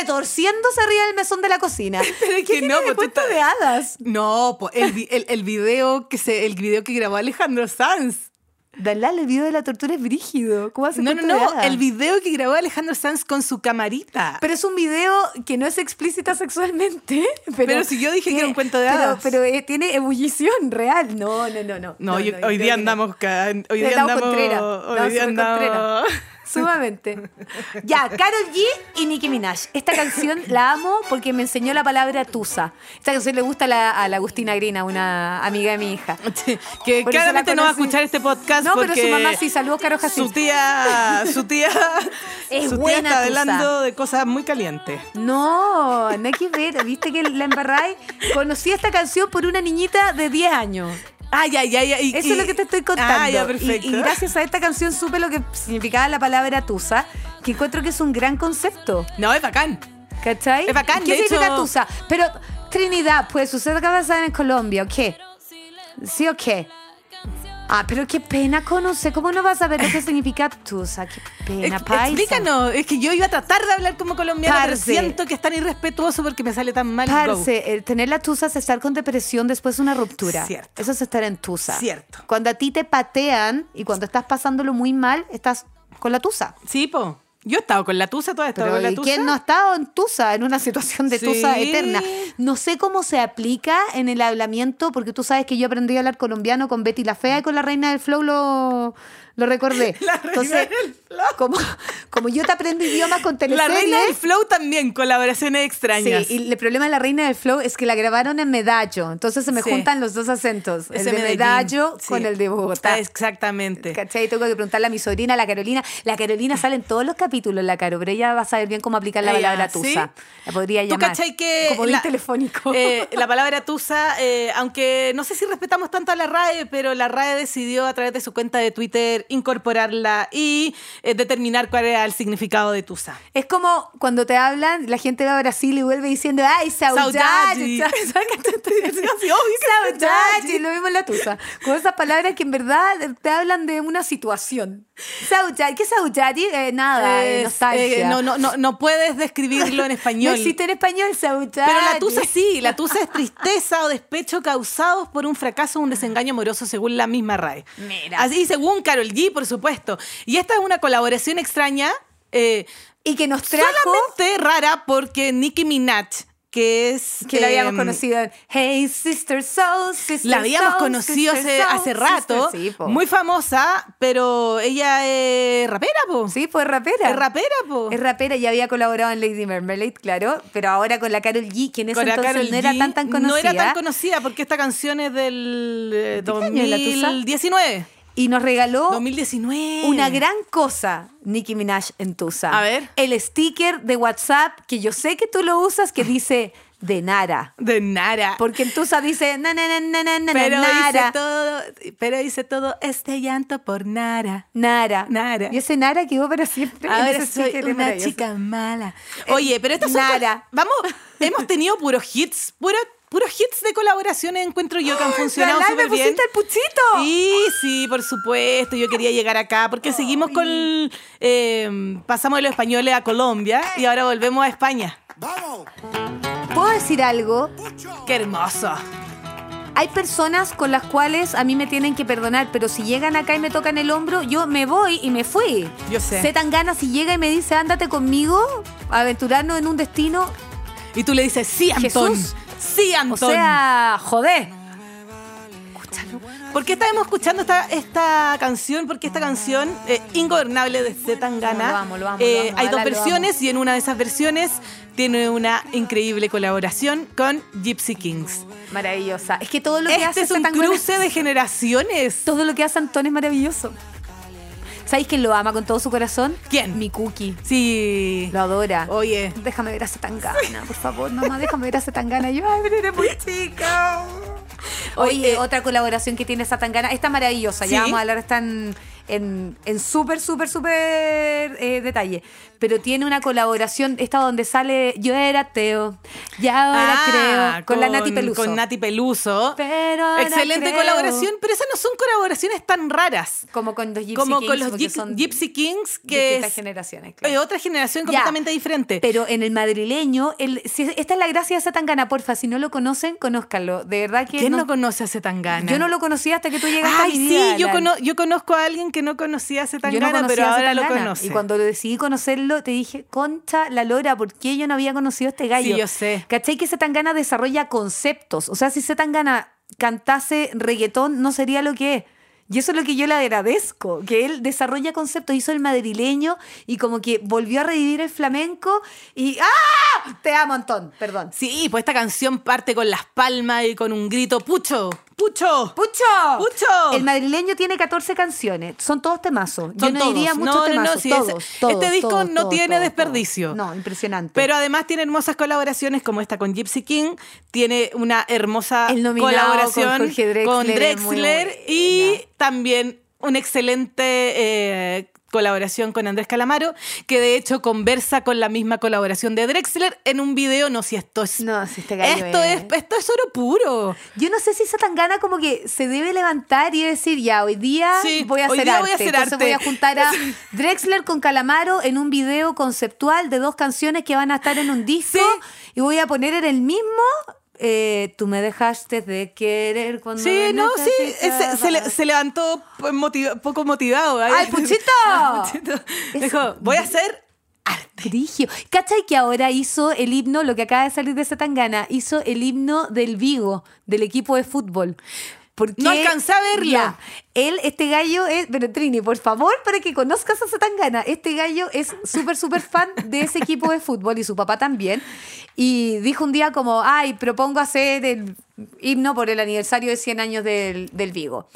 Speaker 2: retorciéndose arriba del mesón de la cocina.
Speaker 3: Pero es que no,
Speaker 2: Un
Speaker 3: po, tú
Speaker 2: cuento
Speaker 3: estás-
Speaker 2: de hadas.
Speaker 3: No, po, el, vi- el- el video que se, el video que grabó Alejandro Sanz.
Speaker 2: Dalal, el video de la tortura es brígido. ¿Cómo hace
Speaker 3: No, no,
Speaker 2: cuento de
Speaker 3: no,
Speaker 2: hadas?
Speaker 3: el video que grabó Alejandro Sanz con su camarita.
Speaker 2: Pero es un video que no es explícita sexualmente. Pero,
Speaker 3: Pero si yo dije que era un cuento de
Speaker 2: pero-
Speaker 3: hadas.
Speaker 2: Pero, eh, tiene ebullición real. No, no, no, no.
Speaker 3: no, yo-
Speaker 2: yo
Speaker 3: hoy
Speaker 2: creo
Speaker 3: día
Speaker 2: que no.
Speaker 3: andamos ca- hoy día
Speaker 2: Estamos
Speaker 3: andamos
Speaker 2: contreras,
Speaker 3: hoy
Speaker 2: estamos
Speaker 3: día
Speaker 2: súper
Speaker 3: andamos
Speaker 2: Sumamente. Ya, Carol G y Nicki Minaj. Esta canción la amo porque me enseñó la palabra tusa. Esta canción le gusta a la, a la Agustina Grina, una amiga de mi hija.
Speaker 3: que
Speaker 2: Por eso la
Speaker 3: claramente no va a
Speaker 2: conocí.
Speaker 3: escuchar este podcast
Speaker 2: No, pero
Speaker 3: porque
Speaker 2: su mamá sí, saludos, Caro
Speaker 3: su
Speaker 2: Jacinto.
Speaker 3: tía, su tía,
Speaker 2: Es
Speaker 3: su tía
Speaker 2: buena
Speaker 3: está
Speaker 2: tusa.
Speaker 3: hablando de cosas muy calientes.
Speaker 2: No, no hay que ver, viste que la embarráis. Conocí esta canción por una niñita de 10 años.
Speaker 3: Ay, ay, ay, ay. y-
Speaker 2: Eso es lo que te estoy contando.
Speaker 3: Ah, ya,
Speaker 2: Y-
Speaker 3: perfecto.
Speaker 2: Y, gracias a esta canción supe lo que significaba la palabra tusa, que encuentro que es un gran concepto.
Speaker 3: No, es bacán.
Speaker 2: ¿Cachai?
Speaker 3: Es bacán,
Speaker 2: ¿Qué
Speaker 3: de
Speaker 2: significa
Speaker 3: hecho-
Speaker 2: Tusa? Pero Trinidad, pues sucede que basada en Colombia, ¿o qué? ¿Sí o qué? Ah, pero qué pena conocer. ¿Cómo no vas a ver lo que significa Tusa? Qué pena,
Speaker 3: Ex-
Speaker 2: paisa.
Speaker 3: Explícanos, es que yo iba a tratar de hablar como colombiana, pero
Speaker 2: Parce.
Speaker 3: siento que es tan irrespetuoso porque me sale tan mal. Go.
Speaker 2: Parce, el tener la tusa es estar con depresión después de una ruptura.
Speaker 3: Cierto.
Speaker 2: Eso es estar en tusa.
Speaker 3: Cierto.
Speaker 2: Cuando a ti te patean y cuando estás pasándolo muy mal, estás con la tusa.
Speaker 3: Sí, po. Yo he estado con la tusa, toda estado
Speaker 2: Pero,
Speaker 3: con la
Speaker 2: ¿y
Speaker 3: tusa.
Speaker 2: ¿Quién no ha estado en Tusa, en una situación de
Speaker 3: Sí.
Speaker 2: Tusa eterna? No sé cómo se aplica en el hablamiento, porque tú sabes que yo aprendí a hablar colombiano con Betty la Fea y con la Reina del Flow lo, lo recordé.
Speaker 3: La Reina
Speaker 2: Entonces,
Speaker 3: del Flow.
Speaker 2: Como, como yo te aprendo idiomas con
Speaker 3: La
Speaker 2: teleseries...
Speaker 3: reina del flow también, colaboraciones extrañas.
Speaker 2: Sí, y el problema de la reina del flow es que la grabaron en Medallo, entonces se me
Speaker 3: Sí.
Speaker 2: juntan los dos acentos, el
Speaker 3: Ese
Speaker 2: de
Speaker 3: Medellín,
Speaker 2: Medallo
Speaker 3: sí.
Speaker 2: con el de Bogotá.
Speaker 3: Ah, Exactamente.
Speaker 2: ¿Cachai? Tengo que preguntarle a mi sobrina, la Carolina. La Carolina sale en todos los capítulos, la Caro, pero ella va a saber bien cómo aplicar la
Speaker 3: Ella,
Speaker 2: palabra
Speaker 3: Ah, ¿sí?
Speaker 2: tusa. La podría
Speaker 3: ¿Tú
Speaker 2: llamar.
Speaker 3: cachai que.
Speaker 2: Como bien
Speaker 3: la-
Speaker 2: telefónico.
Speaker 3: eh, la palabra tusa, eh, aunque no sé si respetamos tanto a la RAE, pero la RAE decidió a través de su cuenta de Twitter incorporarla y eh, determinar cuál era el significado de tusa.
Speaker 2: es como cuando te hablan, la gente va a Brasil y vuelve diciendo, ¡ay, saudade!
Speaker 3: Saudade. Sí, obvio que
Speaker 2: Saudade,
Speaker 3: saudade.
Speaker 2: lo mismo en la tusa. Con esas palabras que en verdad te hablan de una situación. Saudade, ¿qué es saudade? Eh, nada, eh,
Speaker 3: Es,
Speaker 2: nostalgia.
Speaker 3: eh, no, no, no, no puedes describirlo en
Speaker 2: No
Speaker 3: español.
Speaker 2: existe en español saudade.
Speaker 3: Pero la tusa sí, la tusa es tristeza o despecho causados por un fracaso o un desengaño amoroso según la misma RAE.
Speaker 2: Mira.
Speaker 3: Así según Carol G, por supuesto. Y esta es una colaboración extraña, eh,
Speaker 2: Y que nos trajo...
Speaker 3: solamente rara porque Nicki Minaj, que es...
Speaker 2: que la habíamos
Speaker 3: em,
Speaker 2: conocido en Hey Sister Soul, Sister
Speaker 3: La habíamos
Speaker 2: Soul,
Speaker 3: conocido hace,
Speaker 2: Sister Soul,
Speaker 3: hace rato,
Speaker 2: Sister- sí, po.
Speaker 3: muy famosa, pero ella es rapera, po.
Speaker 2: Sí, pues rapera.
Speaker 3: Es rapera, po.
Speaker 2: Es rapera y había colaborado en Lady Marmalade, claro, pero ahora con la Carol G, que en ese
Speaker 3: Con la
Speaker 2: entonces
Speaker 3: Karol
Speaker 2: no era
Speaker 3: G.
Speaker 2: tan tan
Speaker 3: No
Speaker 2: conocida.
Speaker 3: era tan conocida porque esta canción es del eh,
Speaker 2: ¿De qué año es la tusa?
Speaker 3: 2019.
Speaker 2: y nos regaló
Speaker 3: 2019.
Speaker 2: una gran cosa, Nicki Minaj en Tusa.
Speaker 3: A ver.
Speaker 2: El sticker de WhatsApp que yo sé que tú lo usas que dice de Nara.
Speaker 3: De Nara.
Speaker 2: Porque en Tusa dice na na na na na na
Speaker 3: pero
Speaker 2: Nara.
Speaker 3: hice todo, pero hice todo este llanto por Nara.
Speaker 2: Nara.
Speaker 3: Nara.
Speaker 2: Y ese Nara quedó para siempre. en
Speaker 3: Ahora
Speaker 2: ese
Speaker 3: soy
Speaker 2: sticker, es
Speaker 3: una
Speaker 2: maravilloso.
Speaker 3: chica mala. Oye, pero estas son
Speaker 2: Nara.
Speaker 3: co- Vamos, hemos tenido puros hits, puro- puros hits de colaboraciones encuentro yo que han funcionado
Speaker 2: Galán,
Speaker 3: súper
Speaker 2: me
Speaker 3: bien.
Speaker 2: pusiste el puchito.
Speaker 3: Sí, sí, por supuesto. Yo quería llegar acá porque seguimos con. eh, pasamos de los españoles a Colombia y ahora volvemos a España.
Speaker 1: Vamos.
Speaker 2: ¿Puedo decir algo?
Speaker 3: ¡Qué hermoso!
Speaker 2: Hay personas con las cuales a mí me tienen que perdonar, pero si llegan acá y me tocan el hombro, yo me voy y me fui.
Speaker 3: Yo sé.
Speaker 2: Se tan ganas si llega y me dice, ándate conmigo, aventurarnos en un destino.
Speaker 3: Y tú le dices, sí, Antón.
Speaker 2: Jesús.
Speaker 3: Sí, Antón.
Speaker 2: O sea, joder.
Speaker 3: ¿Por qué estábamos escuchando esta, esta canción? Porque esta canción, eh, Ingobernable de Zetangana,
Speaker 2: Lo amo, lo amo,
Speaker 3: eh,
Speaker 2: lo amo,
Speaker 3: hay dos
Speaker 2: Alan, lo
Speaker 3: versiones y en una de esas versiones tiene una increíble colaboración con Gypsy Kings.
Speaker 2: Maravillosa. Es que todo lo que hace
Speaker 3: Este es un
Speaker 2: Zetangana-
Speaker 3: cruce de generaciones.
Speaker 2: Todo lo que hace Antón es maravilloso. ¿Sabéis quién lo ama con todo su corazón?
Speaker 3: ¿Quién?
Speaker 2: Mi cookie.
Speaker 3: Sí.
Speaker 2: Lo adora.
Speaker 3: Oye.
Speaker 2: Déjame ver a Zetangana, por favor, mamá, déjame ver a Zetangana. Yo, ay, pero eres muy chica. Oye,
Speaker 3: Oye, eh,
Speaker 2: otra colaboración que tiene Satangana, esta maravillosa,
Speaker 3: ¿Sí?
Speaker 2: ya vamos a hablar, está en, en, en súper, súper, súper eh, detalle. Pero tiene una colaboración, esta donde sale Yo era ateo, y ahora
Speaker 3: Ah,
Speaker 2: creo, con, la Nati Peluso.
Speaker 3: Con Nati Peluso.
Speaker 2: Pero ahora
Speaker 3: Excelente
Speaker 2: creo.
Speaker 3: colaboración, pero esas no son colaboraciones tan raras.
Speaker 2: Como con los Gypsy
Speaker 3: como
Speaker 2: Kings,
Speaker 3: con los
Speaker 2: porque
Speaker 3: Gyp-
Speaker 2: son
Speaker 3: Gypsy Kings, que
Speaker 2: distintas
Speaker 3: es
Speaker 2: generaciones. claro.
Speaker 3: eh, otra generación
Speaker 2: Ya.
Speaker 3: completamente diferente.
Speaker 2: Pero en el madrileño, el, si- esta es la gracia de Satangana, porfa, si no lo conocen, conózcanlo. De verdad que
Speaker 3: ¿Quién no,
Speaker 2: no-
Speaker 3: conoce a Zetangana?
Speaker 2: yo no lo conocía hasta que tú llegaste a
Speaker 3: Ay,
Speaker 2: mi vida,
Speaker 3: sí, yo,
Speaker 2: Alan.
Speaker 3: cono- yo conozco a alguien que no conocía a
Speaker 2: Yo no
Speaker 3: Zetangana,
Speaker 2: conocía
Speaker 3: pero
Speaker 2: a
Speaker 3: ahora lo
Speaker 2: Zetangana.
Speaker 3: conoce.
Speaker 2: Y cuando decidí conocerlo, te dije, concha la lora, ¿por qué yo no había conocido a este gallo?
Speaker 3: Sí, yo sé.
Speaker 2: ¿Cachai que Zetangana desarrolla conceptos? O sea, si Zetangana cantase reggaetón, no sería lo que es. Y eso es lo que yo le agradezco, que él desarrolla conceptos, hizo el madrileño y como que volvió a revivir el flamenco y ¡ah! Te amo, Antón, perdón.
Speaker 3: Sí, pues esta canción parte con las palmas y con un grito, ¡Pucho! ¡Pucho!
Speaker 2: ¡Pucho!
Speaker 3: ¡Pucho!
Speaker 2: El madrileño tiene 14 canciones. Son todos temazos. Yo
Speaker 3: Son
Speaker 2: no
Speaker 3: todos.
Speaker 2: diría
Speaker 3: No,
Speaker 2: muchos
Speaker 3: no, no,
Speaker 2: temazos.
Speaker 3: sí, ese-
Speaker 2: todos,
Speaker 3: este
Speaker 2: todos,
Speaker 3: disco
Speaker 2: todos,
Speaker 3: no
Speaker 2: todos,
Speaker 3: tiene
Speaker 2: todos,
Speaker 3: desperdicio.
Speaker 2: todos. No, impresionante.
Speaker 3: Pero además tiene hermosas colaboraciones como esta con Gypsy King, tiene una hermosa
Speaker 2: El nominado
Speaker 3: colaboración
Speaker 2: con Jorge Drexler
Speaker 3: con
Speaker 2: es
Speaker 3: Drexler
Speaker 2: muy
Speaker 3: y
Speaker 2: buena.
Speaker 3: también una excelente eh, colaboración con Andrés Calamaro, que de hecho conversa con la misma colaboración de Drexler en un video, no si esto es...
Speaker 2: No, si este gallo
Speaker 3: Esto
Speaker 2: es-
Speaker 3: es, esto es oro puro.
Speaker 2: Yo no sé si Satangana como que se debe levantar y decir, ya, hoy día
Speaker 3: Sí,
Speaker 2: voy a
Speaker 3: hoy
Speaker 2: hacer
Speaker 3: día
Speaker 2: arte.
Speaker 3: voy a hacer
Speaker 2: Entonces
Speaker 3: arte.
Speaker 2: voy a juntar a Drexler con Calamaro en un video conceptual de dos canciones que van a estar en un disco
Speaker 3: Sí.
Speaker 2: y voy a poner en el mismo... eh, tú me dejaste de querer cuando
Speaker 3: Sí,
Speaker 2: me
Speaker 3: no, sí, eh,
Speaker 2: necesitabas.
Speaker 3: se, se le- se levantó pues, motiva- poco motivado. ahí.
Speaker 2: ¡Ay, Puchito!
Speaker 3: Ay, Puchito.
Speaker 2: Es-
Speaker 3: Dijo, voy a hacer grande.
Speaker 2: Brigio. ¿Cachai que ahora hizo el himno, lo que acaba de salir de Satangana, hizo el himno del Vigo, del equipo de fútbol? Porque,
Speaker 3: No alcancé a verlo.
Speaker 2: Ya, él, este gallo es. Pero Trini, por favor, para que conozcas a Satangana. Este gallo es súper, súper fan de ese equipo de fútbol y su papá también. Y dijo un día como: Ay, propongo hacer el himno por el aniversario de 100 años del, del Vigo.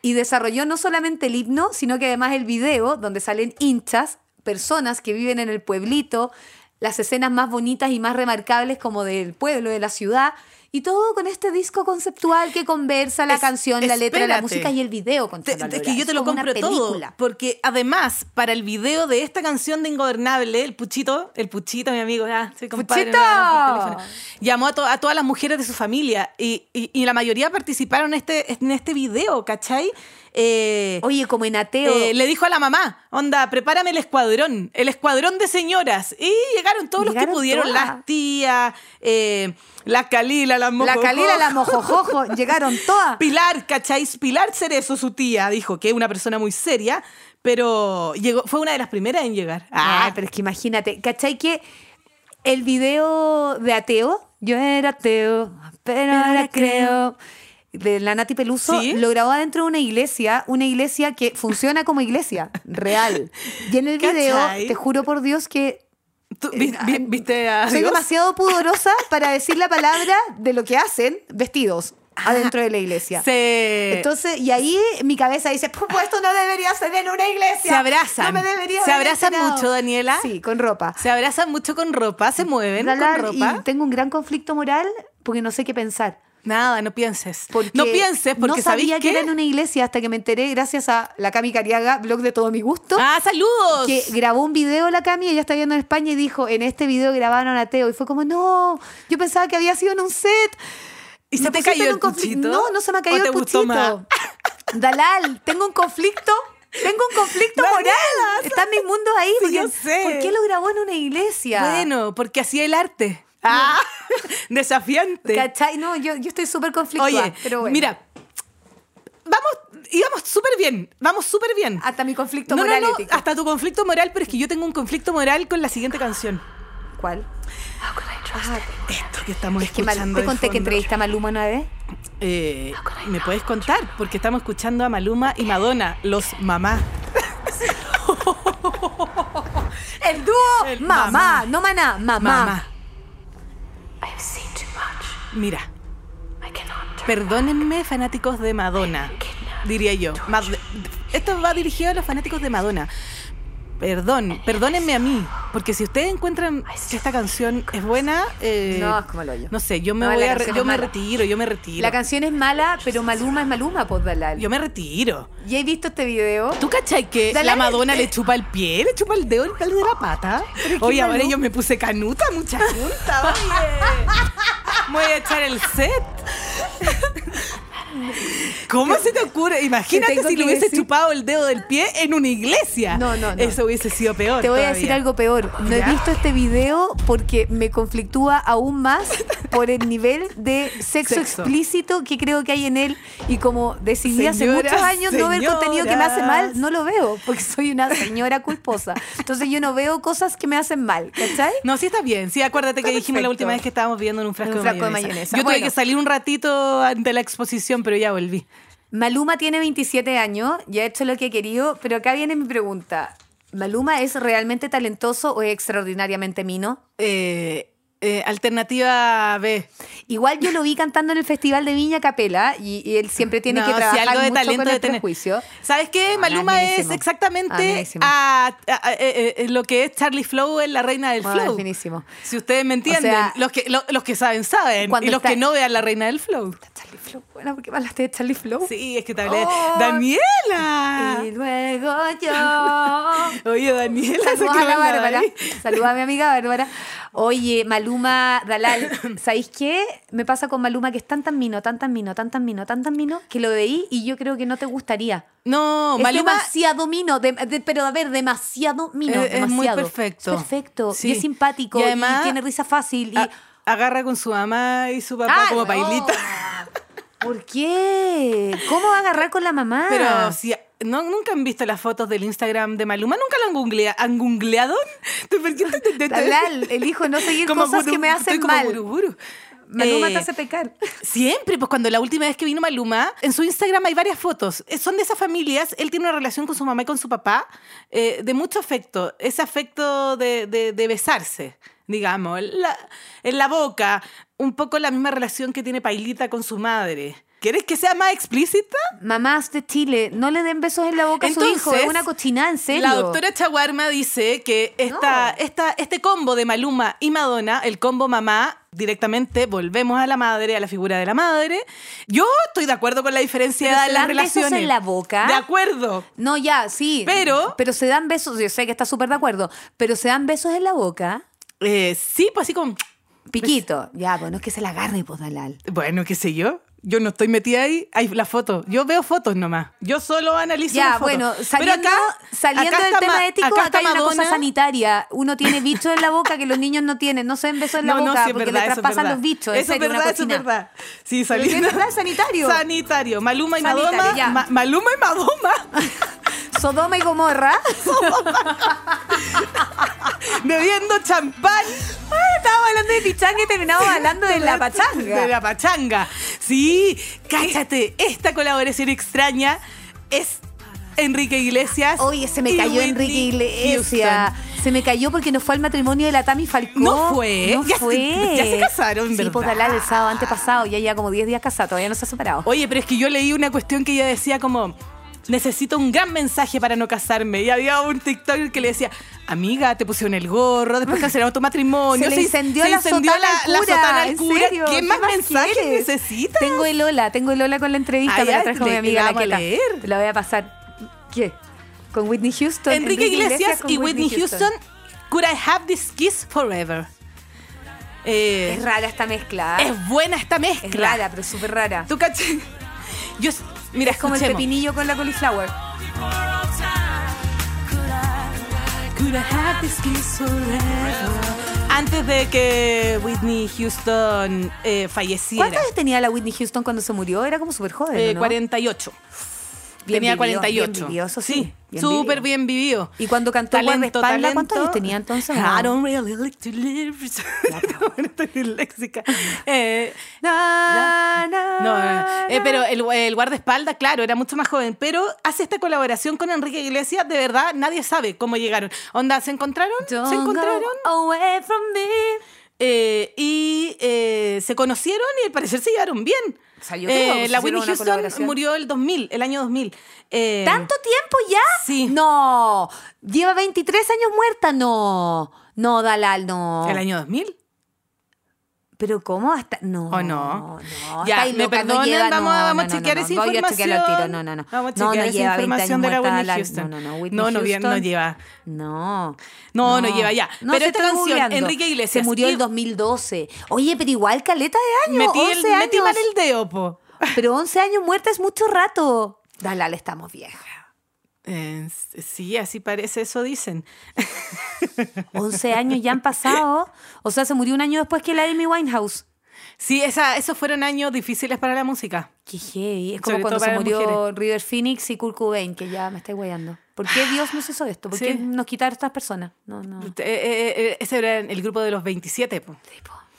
Speaker 2: Y desarrolló no solamente el himno, sino que además el video donde salen hinchas, personas que viven en el pueblito, las escenas más bonitas y más remarcables como del pueblo, de la ciudad, y todo con este disco conceptual que conversa la
Speaker 3: Es-
Speaker 2: canción, la letra, la
Speaker 3: espérate.
Speaker 2: música y el video. con
Speaker 3: Te-
Speaker 2: Chalo
Speaker 3: es que
Speaker 2: Alora.
Speaker 3: yo te
Speaker 2: Es
Speaker 3: lo
Speaker 2: como una
Speaker 3: compro todo.
Speaker 2: película.
Speaker 3: Porque además, para el video de esta canción de Ingobernable, el Puchito, el Puchito, mi amigo, ah, soy compadre,
Speaker 2: ¡Puchito!
Speaker 3: no hablamos por teléfono, llamó a, to- a todas las mujeres de su familia y, y- y la mayoría participaron en este, en este video, ¿cachai? Eh,
Speaker 2: Oye, como en ateo.
Speaker 3: eh, le dijo a la mamá, onda, prepárame el escuadrón, el escuadrón de señoras. Y llegaron todos los
Speaker 2: Llegaron
Speaker 3: que pudieron,
Speaker 2: todas.
Speaker 3: las tías, eh, la Calila, la
Speaker 2: la
Speaker 3: Mojojojo.
Speaker 2: calera, la mojojojo, llegaron todas.
Speaker 3: Pilar, ¿cachai? Pilar Cerezo, su tía, dijo que es una persona muy seria, pero llegó, fue una de las primeras en llegar.
Speaker 2: Ah,
Speaker 3: Ah,
Speaker 2: pero es que imagínate, ¿cachai que el video de Ateo, yo era ateo, pero ahora creo, de la Nati Peluso,
Speaker 3: ¿Sí?
Speaker 2: lo grabó adentro de una iglesia, una iglesia que funciona como iglesia, real. Y en el video,
Speaker 3: ¿Cachai?
Speaker 2: te juro por Dios que
Speaker 3: ¿tú vi- vi- viste a
Speaker 2: eh, soy
Speaker 3: Dios?
Speaker 2: demasiado pudorosa para decir la palabra de lo que hacen vestidos
Speaker 3: Ah,
Speaker 2: adentro de la iglesia.
Speaker 3: Se,
Speaker 2: Entonces, y ahí mi cabeza dice, "Pu, pu, esto no debería ser en una iglesia.
Speaker 3: Se abrazan.
Speaker 2: No me debería
Speaker 3: Se
Speaker 2: haber
Speaker 3: abrazan
Speaker 2: enterado".
Speaker 3: mucho, Daniela.
Speaker 2: Sí, con ropa.
Speaker 3: se abrazan mucho con ropa, se mueven
Speaker 2: Lalar,
Speaker 3: con ropa.
Speaker 2: Y tengo un gran conflicto moral porque no sé qué pensar.
Speaker 3: Nada, no pienses.
Speaker 2: Porque
Speaker 3: no pienses, porque
Speaker 2: no sabía
Speaker 3: ¿sabéis
Speaker 2: que
Speaker 3: qué?
Speaker 2: era en una iglesia hasta que me enteré, gracias a la Cami Cariaga, blog de todo mi gusto,
Speaker 3: ¡Ah, saludos!
Speaker 2: que grabó un video la Cami, ella está viendo en España y dijo, en este video grabaron a Teo. Y fue como, no, yo pensaba que había sido en un set.
Speaker 3: ¿Y se
Speaker 2: Me
Speaker 3: te
Speaker 2: pusiste
Speaker 3: cayó
Speaker 2: en
Speaker 3: el
Speaker 2: un conflicto.
Speaker 3: puchito?
Speaker 2: No, no se me ha caído
Speaker 3: ¿O te
Speaker 2: el
Speaker 3: gustó
Speaker 2: puchito.
Speaker 3: más?
Speaker 2: Dalal, tengo un conflicto. Tengo un conflicto
Speaker 3: Daniela,
Speaker 2: moral. Están mis mundos ahí.
Speaker 3: Sí,
Speaker 2: porque-
Speaker 3: yo sé.
Speaker 2: ¿Por qué lo grabó en una iglesia?
Speaker 3: Bueno, porque así el arte. Ah, desafiante.
Speaker 2: ¿Cachai? No, yo, yo estoy súper conflictuada.
Speaker 3: Oye,
Speaker 2: pero bueno,
Speaker 3: mira, vamos, íbamos súper bien, vamos súper bien.
Speaker 2: Hasta mi conflicto
Speaker 3: No, no,
Speaker 2: moral
Speaker 3: no,
Speaker 2: ético.
Speaker 3: hasta tu conflicto moral, pero es que yo tengo un conflicto moral con la siguiente canción.
Speaker 2: ¿Cuál? Ah,
Speaker 3: Esto que estamos
Speaker 2: que Mal-
Speaker 3: escuchando.
Speaker 2: te
Speaker 3: de
Speaker 2: conté que
Speaker 3: fondo.
Speaker 2: entrevista a Maluma una vez.
Speaker 3: Eh, ¿Me puedes contar? Porque estamos escuchando a Maluma y Madonna, los mamá.
Speaker 2: El dúo
Speaker 3: El
Speaker 2: mamá,
Speaker 3: mamá.
Speaker 2: no maná, mamá.
Speaker 3: Mamá.
Speaker 4: I've seen too much.
Speaker 3: Mira,
Speaker 4: I cannot turn.
Speaker 3: perdónenme, fanáticos de Madonna, diría yo. Mad- Esto va dirigido a los fanáticos de Madonna. Perdón, perdónenme a mí, porque si ustedes encuentran que esta canción es buena, eh,
Speaker 2: No, es como el hoyo.
Speaker 3: No sé, yo me
Speaker 2: No,
Speaker 3: voy
Speaker 2: la
Speaker 3: a, re-
Speaker 2: canción
Speaker 3: yo
Speaker 2: es
Speaker 3: me
Speaker 2: mala.
Speaker 3: retiro, yo me retiro.
Speaker 2: La canción es mala, pero Maluma es Maluma, pues Dalal.
Speaker 3: yo me retiro.
Speaker 2: ¿Ya he visto este video?
Speaker 3: ¿Tú cachai que
Speaker 2: Dale,
Speaker 3: la
Speaker 2: dale.
Speaker 3: Madonna le chupa el pie, le chupa el dedo, el pelo de la pata? Oye, ahora yo me puse canuta, mucha junta, oye. Me voy a echar el set. ¿Cómo se te ocurre? Imagínate
Speaker 2: tengo
Speaker 3: si
Speaker 2: que
Speaker 3: le hubiese
Speaker 2: decir-
Speaker 3: chupado el dedo del pie en una iglesia.
Speaker 2: No, no, no.
Speaker 3: Eso hubiese sido peor.
Speaker 2: Te voy a
Speaker 3: todavía.
Speaker 2: decir algo peor. No he
Speaker 3: Ya.
Speaker 2: visto este video porque me conflictúa aún más por el nivel de sexo,
Speaker 3: Sexo.
Speaker 2: explícito que creo que hay en él. Y como decidí hace
Speaker 3: Señoras,
Speaker 2: muchos años no ver contenido que me hace
Speaker 3: señoras.
Speaker 2: mal, no lo veo porque soy una señora culposa. Entonces yo no veo cosas que me hacen mal, ¿cachai?
Speaker 3: No, sí está bien. Sí, acuérdate que
Speaker 2: Está
Speaker 3: dijimos la
Speaker 2: perfecto.
Speaker 3: última vez que estábamos viendo en un frasco,
Speaker 2: En un frasco de mayonesa.
Speaker 3: Yo
Speaker 2: Bueno.
Speaker 3: tuve que salir un ratito ante la exposición, pero ya volví.
Speaker 2: Maluma tiene 27 años, ya ha hecho lo que ha querido, pero acá viene mi pregunta. ¿Maluma es realmente talentoso o es extraordinariamente mino?
Speaker 3: Eh, eh, alternativa B.
Speaker 2: Igual yo lo vi cantando en el Festival de Viña Capela y, y él siempre tiene
Speaker 3: No,
Speaker 2: que
Speaker 3: sí,
Speaker 2: trabajar
Speaker 3: algo de
Speaker 2: mucho
Speaker 3: talento
Speaker 2: con
Speaker 3: de
Speaker 2: el
Speaker 3: tener.
Speaker 2: prejuicio.
Speaker 3: ¿Sabes qué? Maluma es
Speaker 2: buenísimo.
Speaker 3: exactamente
Speaker 2: Buenísimo.
Speaker 3: a- a- a- eh, eh, lo que es Charlie Flow en La Reina del
Speaker 2: Ah,
Speaker 3: Flow.
Speaker 2: buenísimo.
Speaker 3: Si ustedes me entienden,
Speaker 2: sea,
Speaker 3: los, que, lo- los que saben, saben.
Speaker 2: cuando
Speaker 3: Y los
Speaker 2: está-
Speaker 3: que no vean La Reina del Flow.
Speaker 2: Charlie Flow, bueno, ¿por qué me hablaste de Charlie Flow?
Speaker 3: Sí, Ah. es que te hablé.
Speaker 2: Oh.
Speaker 3: ¡Daniela!
Speaker 2: Y luego yo.
Speaker 3: Oye, Daniela, se
Speaker 2: Saludos a
Speaker 3: quedó
Speaker 2: la
Speaker 3: en la
Speaker 2: Bárbara.
Speaker 3: ahí.
Speaker 2: Saludos a mi amiga Bárbara. Oye, Maluma Dalal, ¿sabéis qué? Me pasa con Maluma que es tan tan mino, tan tan mino, tan tan mino, tan tan mino, que lo veí y yo creo que no te gustaría.
Speaker 3: No, Maluma.
Speaker 2: Es demasiado mino, de- de- pero a ver, demasiado mino.
Speaker 3: Es- es muy
Speaker 2: demasiado.
Speaker 3: perfecto.
Speaker 2: Es perfecto.
Speaker 3: Sí.
Speaker 2: Y es simpático.
Speaker 3: Y
Speaker 2: Y,
Speaker 3: además-
Speaker 2: tiene risa fácil. Y...
Speaker 3: a- agarra con su mamá y su papá
Speaker 2: ¡Ay,
Speaker 3: como
Speaker 2: no!
Speaker 3: bailita.
Speaker 2: oh. ¿Por qué? ¿Cómo va a agarrar con la mamá?
Speaker 3: Pero si no, nunca han visto las fotos del Instagram de Maluma, nunca lo han, googlea- han googleado. ¿Tú por qué te- te- te-
Speaker 2: Talal, elijo no seguir
Speaker 3: como
Speaker 2: cosas que
Speaker 3: buru-
Speaker 2: me
Speaker 3: estoy
Speaker 2: hacen
Speaker 3: como
Speaker 2: mal.
Speaker 3: buruburu.
Speaker 2: Maluma
Speaker 3: Eh,
Speaker 2: te hace pecar.
Speaker 3: Siempre, pues cuando la última vez que vino Maluma, en su Instagram hay varias fotos. Eh, Son de esas familias. Él tiene una relación con su mamá y con su papá eh, de mucho afecto. Ese afecto de, de- de besarse, digamos, en la, en la boca. Un poco la misma relación que tiene Pailita con su madre. ¿Quieres que sea más explícita?
Speaker 2: Mamás de Chile, no le den besos en la boca a su hijo. Es
Speaker 3: Entonces,
Speaker 2: una cochinada, en serio.
Speaker 3: La doctora Chaguarma dice que esta, esta, este combo de Maluma y Madonna, el combo mamá, directamente volvemos a la madre, a la figura de la madre. Yo estoy de acuerdo con la diferencia
Speaker 2: Pero
Speaker 3: de
Speaker 2: se
Speaker 3: las
Speaker 2: dan besos
Speaker 3: relaciones.
Speaker 2: en la boca.
Speaker 3: De acuerdo.
Speaker 2: No, ya, sí.
Speaker 3: Pero-
Speaker 2: Pero se dan besos, yo sé que está súper de acuerdo, pero se dan besos en la boca,
Speaker 3: Eh, sí, pues así como,
Speaker 2: piquito. Ya, bueno, es que se la agarre, pues, Dalal.
Speaker 3: bueno, qué sé yo. Yo no estoy metida ahí. Hay la foto. Yo veo fotos nomás. Yo solo analizo.
Speaker 2: Ya,
Speaker 3: la foto.
Speaker 2: bueno,
Speaker 3: Pero
Speaker 2: saliendo,
Speaker 3: acá-
Speaker 2: saliendo
Speaker 3: acá
Speaker 2: del
Speaker 3: está
Speaker 2: tema
Speaker 3: Ma-
Speaker 2: ético, acá,
Speaker 3: está
Speaker 2: hay una cosa
Speaker 3: Madonna.
Speaker 2: sanitaria. Uno tiene bichos en la boca que los niños no tienen. No se den besos en la
Speaker 3: No, no,
Speaker 2: boca
Speaker 3: sí, es
Speaker 2: porque
Speaker 3: verdad,
Speaker 2: le
Speaker 3: eso es
Speaker 2: traspasan
Speaker 3: verdad.
Speaker 2: los bichos. en
Speaker 3: Eso es
Speaker 2: serio, una
Speaker 3: verdad, eso es
Speaker 2: cochina.
Speaker 3: verdad. Sí,
Speaker 2: Pero si es
Speaker 3: saliendo.
Speaker 2: verdad, sanitario.
Speaker 3: Sanitario. Maluma y
Speaker 2: Sanitario, ya.
Speaker 3: Madonna. Ma- Maluma y Madonna.
Speaker 2: Sodoma y Gomorra.
Speaker 3: bebiendo champán.
Speaker 2: Estábamos hablando de pichanga y terminamos hablando de la pachanga.
Speaker 3: De la pachanga. Sí, cáchate. Esta colaboración extraña es Enrique Iglesias.
Speaker 2: Oye, se me
Speaker 3: y
Speaker 2: cayó
Speaker 3: Whitney
Speaker 2: Enrique Iglesias.
Speaker 3: Houston.
Speaker 2: Se me cayó porque no fue al matrimonio de la Tami Falcón.
Speaker 3: No fue.
Speaker 2: No
Speaker 3: Ya se-
Speaker 2: fue.
Speaker 3: ya se casaron,
Speaker 2: Sí,
Speaker 3: ¿verdad?
Speaker 2: por Dalal el sábado antepasado. Ya lleva como 10 días casada. Todavía no se ha separado.
Speaker 3: Oye, pero es que yo leí una cuestión que ella decía como. Necesito un gran mensaje para no casarme. Y había un TikTok que le decía, amiga, te pusieron el gorro, después cancelaron tu matrimonio.
Speaker 2: Se le incendió la sotana al
Speaker 3: la
Speaker 2: cura,
Speaker 3: sotana al
Speaker 2: ¿en
Speaker 3: cura.
Speaker 2: serio?
Speaker 3: ¿Qué,
Speaker 2: ¿Qué
Speaker 3: más
Speaker 2: más
Speaker 3: mensaje
Speaker 2: quieres?
Speaker 3: necesitas?
Speaker 2: Tengo el hola, tengo el hola con la entrevista
Speaker 3: Ay,
Speaker 2: que la
Speaker 3: ay,
Speaker 2: trajo mi
Speaker 3: le-
Speaker 2: amiga
Speaker 3: la
Speaker 2: la
Speaker 3: vamos a
Speaker 2: Queta.
Speaker 3: leer.
Speaker 2: Te La voy a pasar. ¿Qué? Con Whitney Houston.
Speaker 3: Enrique Iglesias
Speaker 2: con
Speaker 3: y Whitney Houston, Could I Have This Kiss Forever? Eh,
Speaker 2: Es rara esta mezcla. ¿eh?
Speaker 3: es buena esta mezcla.
Speaker 2: Es rara, pero súper rara.
Speaker 3: ¿Tú caché? Yo, s- mira,
Speaker 2: Es como el
Speaker 3: escuchemos.
Speaker 2: pepinillo con la cauliflower.
Speaker 3: Could I have this kiss forever? Antes de que Whitney Houston eh, falleciera.
Speaker 2: ¿Cuántos años tenía la Whitney Houston cuando se murió? Era como súper joven.
Speaker 3: Eh,
Speaker 2: ¿o ¿no?
Speaker 3: 48.
Speaker 2: Bien
Speaker 3: tenía
Speaker 2: vivido,
Speaker 3: 48.
Speaker 2: bien vivido, eso sí, bien vivido.
Speaker 3: súper bien vivido.
Speaker 2: Y cuando cantó Guardaespaldas, ¿cuántos años
Speaker 3: talento.
Speaker 2: tenía entonces?
Speaker 3: I don't really like to live. Estoy disléxica. Eh,
Speaker 2: Na, na,
Speaker 3: no, no, no. Eh,
Speaker 2: na.
Speaker 3: pero el, el guardaespaldas, claro, era mucho más joven. Pero hace esta colaboración con Enrique Iglesias, de verdad, nadie sabe cómo llegaron. Onda, ¿se encontraron?
Speaker 2: Don't
Speaker 3: ¿Se encontraron?
Speaker 2: go away from me.
Speaker 3: Eh, y eh, se conocieron y al parecer se llevaron bien.
Speaker 2: O
Speaker 3: Eh,
Speaker 2: sea, yo creo que
Speaker 3: la
Speaker 2: hicieron
Speaker 3: Winnie
Speaker 2: una
Speaker 3: Houston
Speaker 2: colaboración.
Speaker 3: murió el 2000, el año 2000. Eh,
Speaker 2: ¿Tanto tiempo ya?
Speaker 3: Sí.
Speaker 2: No. Lleva 23 años muerta. No. No, Dalal, no.
Speaker 3: ¿El año 2000?
Speaker 2: Pero ¿cómo? Hasta... No.
Speaker 3: ¿O no?
Speaker 2: no,
Speaker 3: Ya,
Speaker 2: estáis
Speaker 3: me
Speaker 2: loca, no
Speaker 3: perdonan,
Speaker 2: lleva-
Speaker 3: vamos a-
Speaker 2: no,
Speaker 3: vamos a
Speaker 2: no,
Speaker 3: chequear
Speaker 2: no, no,
Speaker 3: esa
Speaker 2: Voy a chequear al tiro.
Speaker 3: información.
Speaker 2: No, no, no.
Speaker 3: Vamos a
Speaker 2: no, no
Speaker 3: chequear esa
Speaker 2: lleva 20 años
Speaker 3: información de la
Speaker 2: muerta,
Speaker 3: Whitney
Speaker 2: Dalal.
Speaker 3: Houston.
Speaker 2: No, no, no. Whitney
Speaker 3: No, no, bien, no
Speaker 2: Houston,
Speaker 3: lleva.
Speaker 2: No.
Speaker 3: No, no lleva, ya. Pero
Speaker 2: se
Speaker 3: esta
Speaker 2: estoy
Speaker 3: canción,
Speaker 2: googleando.
Speaker 3: Enrique
Speaker 2: Se
Speaker 3: Iglesias.
Speaker 2: murió
Speaker 3: Y-
Speaker 2: el 2012. Oye, pero igual caleta de años.
Speaker 3: Metí, el,
Speaker 2: 11 años.
Speaker 3: metí mal el dedo, po.
Speaker 2: Pero 11 años muerta es mucho rato. Dalal, estamos vieja.
Speaker 3: Eh, s- sí, así parece, eso dicen.
Speaker 2: 11 años ya han pasado. O sea, se murió un año después que la Amy Winehouse.
Speaker 3: Sí, esa, esos fueron años difíciles para la música.
Speaker 2: Qué heavy. Es como
Speaker 3: Sobre
Speaker 2: cuando
Speaker 3: todo para
Speaker 2: se
Speaker 3: las
Speaker 2: murió
Speaker 3: mujeres.
Speaker 2: River Phoenix y Kurt Cobain, que ya me estáis guayando. ¿Por qué Dios nos hizo esto? ¿Por
Speaker 3: Sí.
Speaker 2: qué nos quitaron estas personas? No, no.
Speaker 3: Eh, eh, eh, ese era el grupo de los 27, po.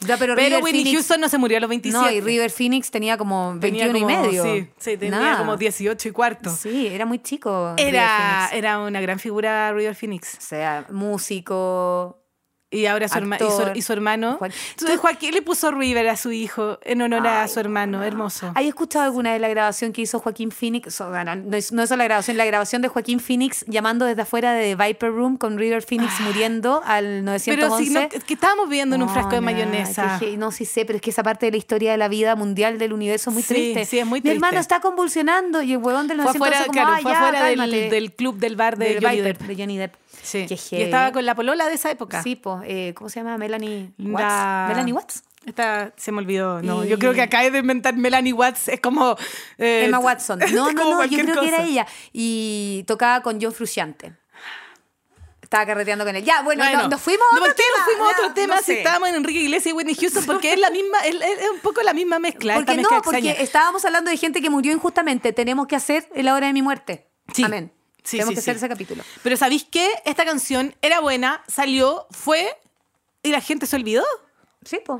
Speaker 2: Ya, pero
Speaker 3: Pero
Speaker 2: River
Speaker 3: Whitney
Speaker 2: Phoenix-
Speaker 3: Houston no se murió a los 27.
Speaker 2: No, y River Phoenix tenía como 21
Speaker 3: Tenía
Speaker 2: y
Speaker 3: como-
Speaker 2: medio.
Speaker 3: Sí, sí, tenía
Speaker 2: Nada.
Speaker 3: como 18 y cuarto.
Speaker 2: Sí, era muy chico.
Speaker 3: Era,
Speaker 2: River Phoenix.
Speaker 3: era una gran figura River Phoenix.
Speaker 2: O sea, músico.
Speaker 3: Y ahora su, herma- y
Speaker 2: Actor.
Speaker 3: su, y su hermano.
Speaker 2: Juan-
Speaker 3: Entonces, Joaquín le puso River a su hijo en honor a su hermano, hermoso.
Speaker 2: ¿Hay escuchado alguna de la grabación que hizo Joaquín Phoenix? O, bueno, no es, no es la grabación, la grabación de Joaquín Phoenix llamando desde afuera de Viper Room con River Phoenix muriendo al 911.
Speaker 3: Ah. Pero si no, que estábamos viviendo en un frasco de
Speaker 2: Mona,
Speaker 3: mayonesa.
Speaker 2: que dije, no, sí sé, pero es que esa parte de la historia de la vida mundial del universo es muy
Speaker 3: Sí,
Speaker 2: triste.
Speaker 3: sí, es muy
Speaker 2: Mi
Speaker 3: triste.
Speaker 2: hermano está convulsionando y el huevón del
Speaker 3: Fue
Speaker 2: 911
Speaker 3: afuera,
Speaker 2: como,
Speaker 3: claro,
Speaker 2: ah,
Speaker 3: fue
Speaker 2: ya,
Speaker 3: afuera del,
Speaker 2: cálmate.
Speaker 3: del club del bar de
Speaker 2: Del
Speaker 3: Johnny
Speaker 2: Viper,
Speaker 3: Depp.
Speaker 2: de Johnny Depp.
Speaker 3: Sí.
Speaker 2: Qué
Speaker 3: Y
Speaker 2: heavy.
Speaker 3: estaba con la polola de esa época.
Speaker 2: Sí, po, eh, ¿cómo se llama? Melanie Watts.
Speaker 3: La-
Speaker 2: Melanie Watts.
Speaker 3: Esta se me olvidó. No, yo
Speaker 2: Y-
Speaker 3: creo que acabé de inventar Melanie Watts. Es como. eh,
Speaker 2: Emma Watson.
Speaker 3: es
Speaker 2: No, no,
Speaker 3: como
Speaker 2: no, yo
Speaker 3: cualquier
Speaker 2: creo que era
Speaker 3: cosa.
Speaker 2: ella. Y tocaba con John Frusciante. Estaba carreteando con él. Ya, bueno, no- nos fuimos a
Speaker 3: No,
Speaker 2: otro
Speaker 3: ¿por qué
Speaker 2: tema. Ah,
Speaker 3: nos fuimos a otro
Speaker 2: No
Speaker 3: tema si
Speaker 2: sé.
Speaker 3: estábamos en Enrique Iglesias y Whitney Houston? Porque es la misma, es, es- es un poco la misma mezcla. esta
Speaker 2: Porque no,
Speaker 3: mezcla
Speaker 2: porque
Speaker 3: extraña.
Speaker 2: estábamos hablando de gente que murió injustamente. Tenemos que hacer la hora de mi muerte.
Speaker 3: Sí.
Speaker 2: Amén.
Speaker 3: Sí,
Speaker 2: Tenemos
Speaker 3: sí,
Speaker 2: que
Speaker 3: sí.
Speaker 2: hacer ese capítulo.
Speaker 3: Pero ¿sabéis qué? Esta canción era buena, salió, fue y la gente se olvidó.
Speaker 2: Sí, po.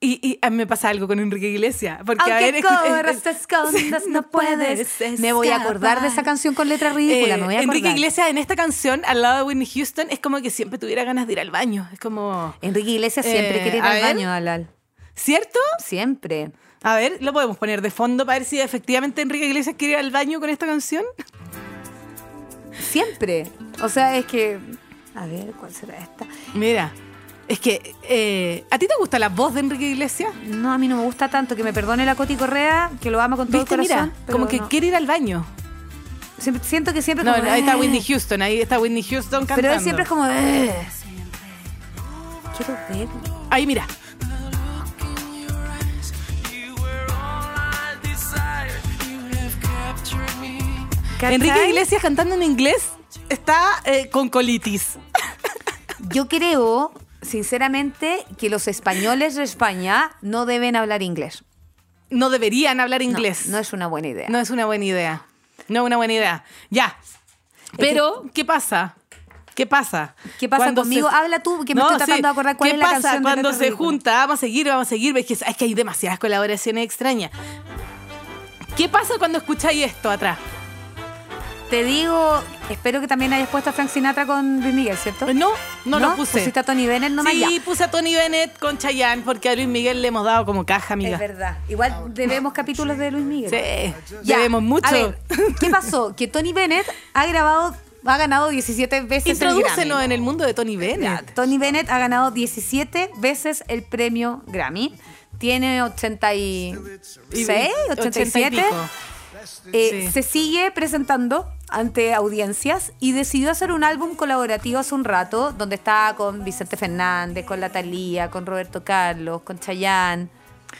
Speaker 3: Y, y a mí me pasa algo con Enrique Iglesias. Porque a ver, eh,
Speaker 2: Aunque
Speaker 3: escu-
Speaker 2: corras, te escondas, no puedes. Me voy a acordar de esa
Speaker 3: escapar.
Speaker 2: canción con letra ridícula,
Speaker 3: Eh,
Speaker 2: me voy a acordar.
Speaker 3: Enrique Iglesias en esta canción, al lado de Whitney Houston, es como que siempre tuviera ganas de ir al baño. Es como.
Speaker 2: Enrique Iglesias siempre
Speaker 3: Eh,
Speaker 2: quiere ir
Speaker 3: a
Speaker 2: al
Speaker 3: ver.
Speaker 2: baño, Alal.
Speaker 3: ¿Cierto?
Speaker 2: Siempre.
Speaker 3: A ver, lo podemos poner de fondo para ver si efectivamente Enrique Iglesias quiere ir al baño con esta canción.
Speaker 2: Siempre. O sea, es que. A ver, ¿cuál será esta?
Speaker 3: Mira, es que. eh, ¿A ti te gusta la voz de Enrique Iglesias?
Speaker 2: No, a mí no me gusta tanto. Que me perdone la Coti Correa, que lo ama con todo
Speaker 3: ¿Viste?
Speaker 2: el corazón.
Speaker 3: Mira,
Speaker 2: pero
Speaker 3: como que
Speaker 2: no.
Speaker 3: quiere ir al baño.
Speaker 2: Siempre- siento que siempre.
Speaker 3: No,
Speaker 2: como,
Speaker 3: ahí está
Speaker 2: "Eh".
Speaker 3: Whitney Houston, ahí está Whitney Houston cantando.
Speaker 2: Pero él siempre es como. "Eh". Quiero ver.
Speaker 3: Ahí mira.
Speaker 2: ¿Cachai?
Speaker 3: Enrique Iglesias cantando en inglés está eh, con colitis.
Speaker 2: Yo creo, sinceramente, que los españoles de España no deben hablar inglés.
Speaker 3: No deberían hablar
Speaker 2: No,
Speaker 3: inglés.
Speaker 2: No, es una buena idea.
Speaker 3: No es una buena idea. No es una buena idea. Ya. Pero, ¿qué pasa? ¿Qué pasa?
Speaker 2: ¿Qué pasa
Speaker 3: Cuando
Speaker 2: conmigo? Habla tú, que me estoy tratando de acordar cuál
Speaker 3: ¿Qué
Speaker 2: es la
Speaker 3: pasa
Speaker 2: canción de
Speaker 3: cuando
Speaker 2: Nata
Speaker 3: se
Speaker 2: Ridícula?
Speaker 3: junta? Vamos a seguir, vamos a seguir. Es que, es que hay demasiadas colaboraciones extrañas. ¿Qué pasa cuando escucháis esto atrás?
Speaker 2: Te digo, espero que también hayas puesto a Frank Sinatra con Luis Miguel, ¿cierto?
Speaker 3: Eh, No, no, lo puse.
Speaker 2: Pusiste a Tony Bennett nomás ya.
Speaker 3: sí, puse a Tony Bennett con Chayanne porque a Luis Miguel le hemos dado como caja, amiga.
Speaker 2: Es verdad. Igual debemos capítulos de Luis Miguel.
Speaker 3: Sí,
Speaker 2: Ya.
Speaker 3: debemos mucho.
Speaker 2: A ver, ¿qué pasó? Que Tony Bennett ha grabado, ha ganado 17 veces el
Speaker 3: Introdúcenos
Speaker 2: Grammy.
Speaker 3: en el mundo de Tony Bennett.
Speaker 2: Tony Bennett ha ganado 17 veces el premio Grammy. Tiene 86,
Speaker 3: Y-
Speaker 2: 87.
Speaker 3: y pico.
Speaker 2: Eh,
Speaker 3: Sí.
Speaker 2: Se sigue presentando ante audiencias y decidió hacer un álbum colaborativo hace un rato, donde está con Vicente Fernández, con la Thalía, con Roberto Carlos, con Chayanne.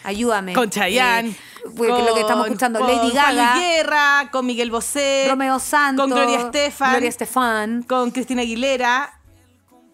Speaker 2: Ayúdame.
Speaker 3: Con Chayanne.
Speaker 2: Eh, porque lo que estamos
Speaker 3: con-
Speaker 2: escuchando,
Speaker 3: con
Speaker 2: Lady
Speaker 3: Juan
Speaker 2: Gaga,
Speaker 3: Luis Guerra, con Miguel Bosé.
Speaker 2: Romeo Santos,
Speaker 3: Con Gloria Estefan.
Speaker 2: Gloria Estefan.
Speaker 3: Con Cristina Aguilera.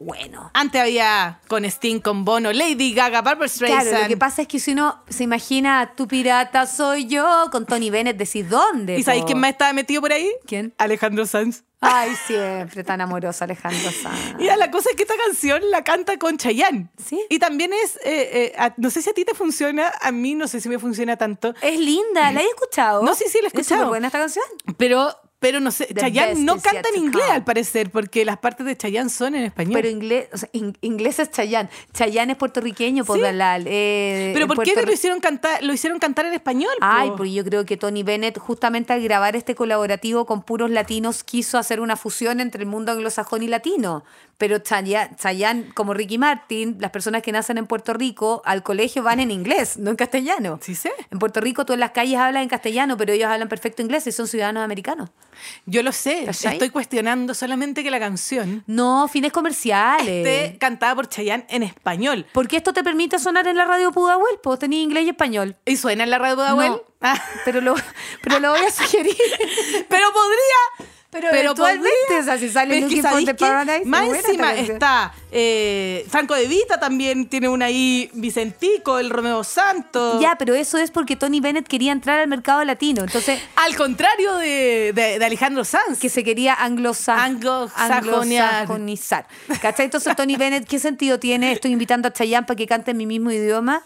Speaker 2: Bueno.
Speaker 3: Antes había con Sting, con Bono, Lady Gaga, Barbara Streisand.
Speaker 2: Claro, lo que pasa es que si uno se imagina a tu pirata soy yo con Tony Bennett, decís dónde.
Speaker 3: ¿Y sabéis
Speaker 2: po?
Speaker 3: quién más estaba metido por ahí?
Speaker 2: ¿Quién?
Speaker 3: Alejandro Sanz.
Speaker 2: Ay, siempre tan amorosa Alejandro Sanz.
Speaker 3: Y la cosa es que esta canción la canta con Chayanne.
Speaker 2: Ah. Sí.
Speaker 3: Y también es, eh, eh, a- no sé si a ti te funciona, a mí no sé si me funciona tanto,
Speaker 2: Es linda, ¿la he escuchado?
Speaker 3: No, sí, sí, la he
Speaker 2: ¿Es
Speaker 3: escuchado.
Speaker 2: súper buena esta canción?
Speaker 3: pero, pero no sé,
Speaker 2: best
Speaker 3: Chayanne no
Speaker 2: is yet
Speaker 3: canta
Speaker 2: to
Speaker 3: en inglés
Speaker 2: come.
Speaker 3: al parecer, porque las partes de Chayanne son en español.
Speaker 2: Pero inglés, o sea, in- inglés es Chayanne. Chayanne es puertorriqueño, por Dalal. Eh,
Speaker 3: ¿Pero
Speaker 2: en
Speaker 3: por qué
Speaker 2: Puerto
Speaker 3: lo
Speaker 2: Ri-
Speaker 3: hicieron cantar, lo hicieron cantar en español? po?
Speaker 2: Ay, porque yo creo que Tony Bennett, justamente al grabar este colaborativo con puros latinos, quiso hacer una fusión entre el mundo anglosajón y latino. Pero Chaya- Chayanne, como Ricky Martin, las personas que nacen en Puerto Rico, al colegio van en inglés, no en castellano.
Speaker 3: Sí sé.
Speaker 2: En Puerto Rico tú en las calles hablas en castellano, pero ellos hablan perfecto inglés y son ciudadanos americanos.
Speaker 3: Yo lo sé.
Speaker 2: ¿Cachai?
Speaker 3: Estoy cuestionando solamente que la canción
Speaker 2: No, fines comerciales.
Speaker 3: esté cantada por Chayanne en español.
Speaker 2: Porque esto te permite sonar en la radio Pudahuel, pues tenía inglés y español.
Speaker 3: ¿Y suena en la radio Pudahuel?
Speaker 2: No.
Speaker 3: Ah,
Speaker 2: Pero lo, pero lo voy a sugerir.
Speaker 3: pero podría.
Speaker 2: Pero, eventualmente,
Speaker 3: podría.
Speaker 2: o sea, si sale
Speaker 3: Pero es que,
Speaker 2: Looking for
Speaker 3: ¿sabéis
Speaker 2: the
Speaker 3: qué?
Speaker 2: Paradise,
Speaker 3: Más
Speaker 2: es buena esta
Speaker 3: encima
Speaker 2: canción.
Speaker 3: está eh, Franco De Vita también tiene una ahí, Vicentico, el Romeo Santos.
Speaker 2: Ya, pero eso es porque Tony Bennett quería entrar al mercado latino. Entonces,
Speaker 3: Al contrario de, de- de Alejandro Sanz.
Speaker 2: que se quería anglosaj-
Speaker 3: Anglosajonear.
Speaker 2: anglosajonizar. ¿Cachai? Entonces, Tony Bennett, ¿qué sentido tiene? Estoy invitando a Chayanne para que cante en mi mismo idioma.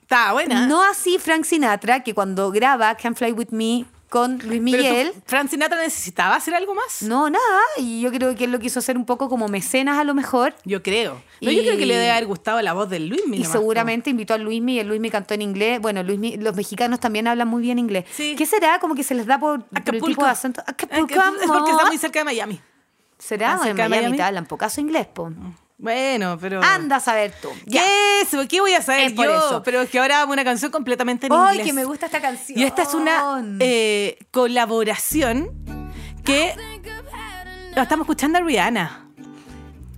Speaker 3: está buena.
Speaker 2: No así Frank Sinatra, que cuando graba Can Fly With Me con Luis
Speaker 3: Pero tú,
Speaker 2: Miguel...
Speaker 3: Frank Sinatra necesitaba hacer algo más.
Speaker 2: No, nada. Y yo creo que él lo quiso hacer un poco como mecenas a lo mejor.
Speaker 3: Yo creo. No, yo
Speaker 2: Y-
Speaker 3: creo que le debe haber gustado la voz del Luis
Speaker 2: Y seguramente invitó a Luismi y el Luismi cantó en inglés. Bueno, Luismi, los mexicanos también hablan muy bien inglés.
Speaker 3: Sí.
Speaker 2: ¿Qué será? Como que se les da por, por el tipo de acento. Acapulco,
Speaker 3: Es porque está
Speaker 2: amor.
Speaker 3: muy cerca de Miami.
Speaker 2: ¿Será?
Speaker 3: cerca
Speaker 2: en
Speaker 3: de
Speaker 2: Miami,
Speaker 3: Miami. Mm.
Speaker 2: te hablan pocazo inglés, po.
Speaker 3: Bueno, pero.
Speaker 2: Anda a saber tú. Ya.
Speaker 3: ¿Qué es? ¿Qué voy a saber
Speaker 2: Es por
Speaker 3: yo?
Speaker 2: eso.
Speaker 3: Pero es que ahora hago una canción completamente en
Speaker 2: ¡Ay,
Speaker 3: inglés.
Speaker 2: que me gusta esta canción!
Speaker 3: Y esta es una eh, colaboración que. Lo estamos escuchando a Rihanna.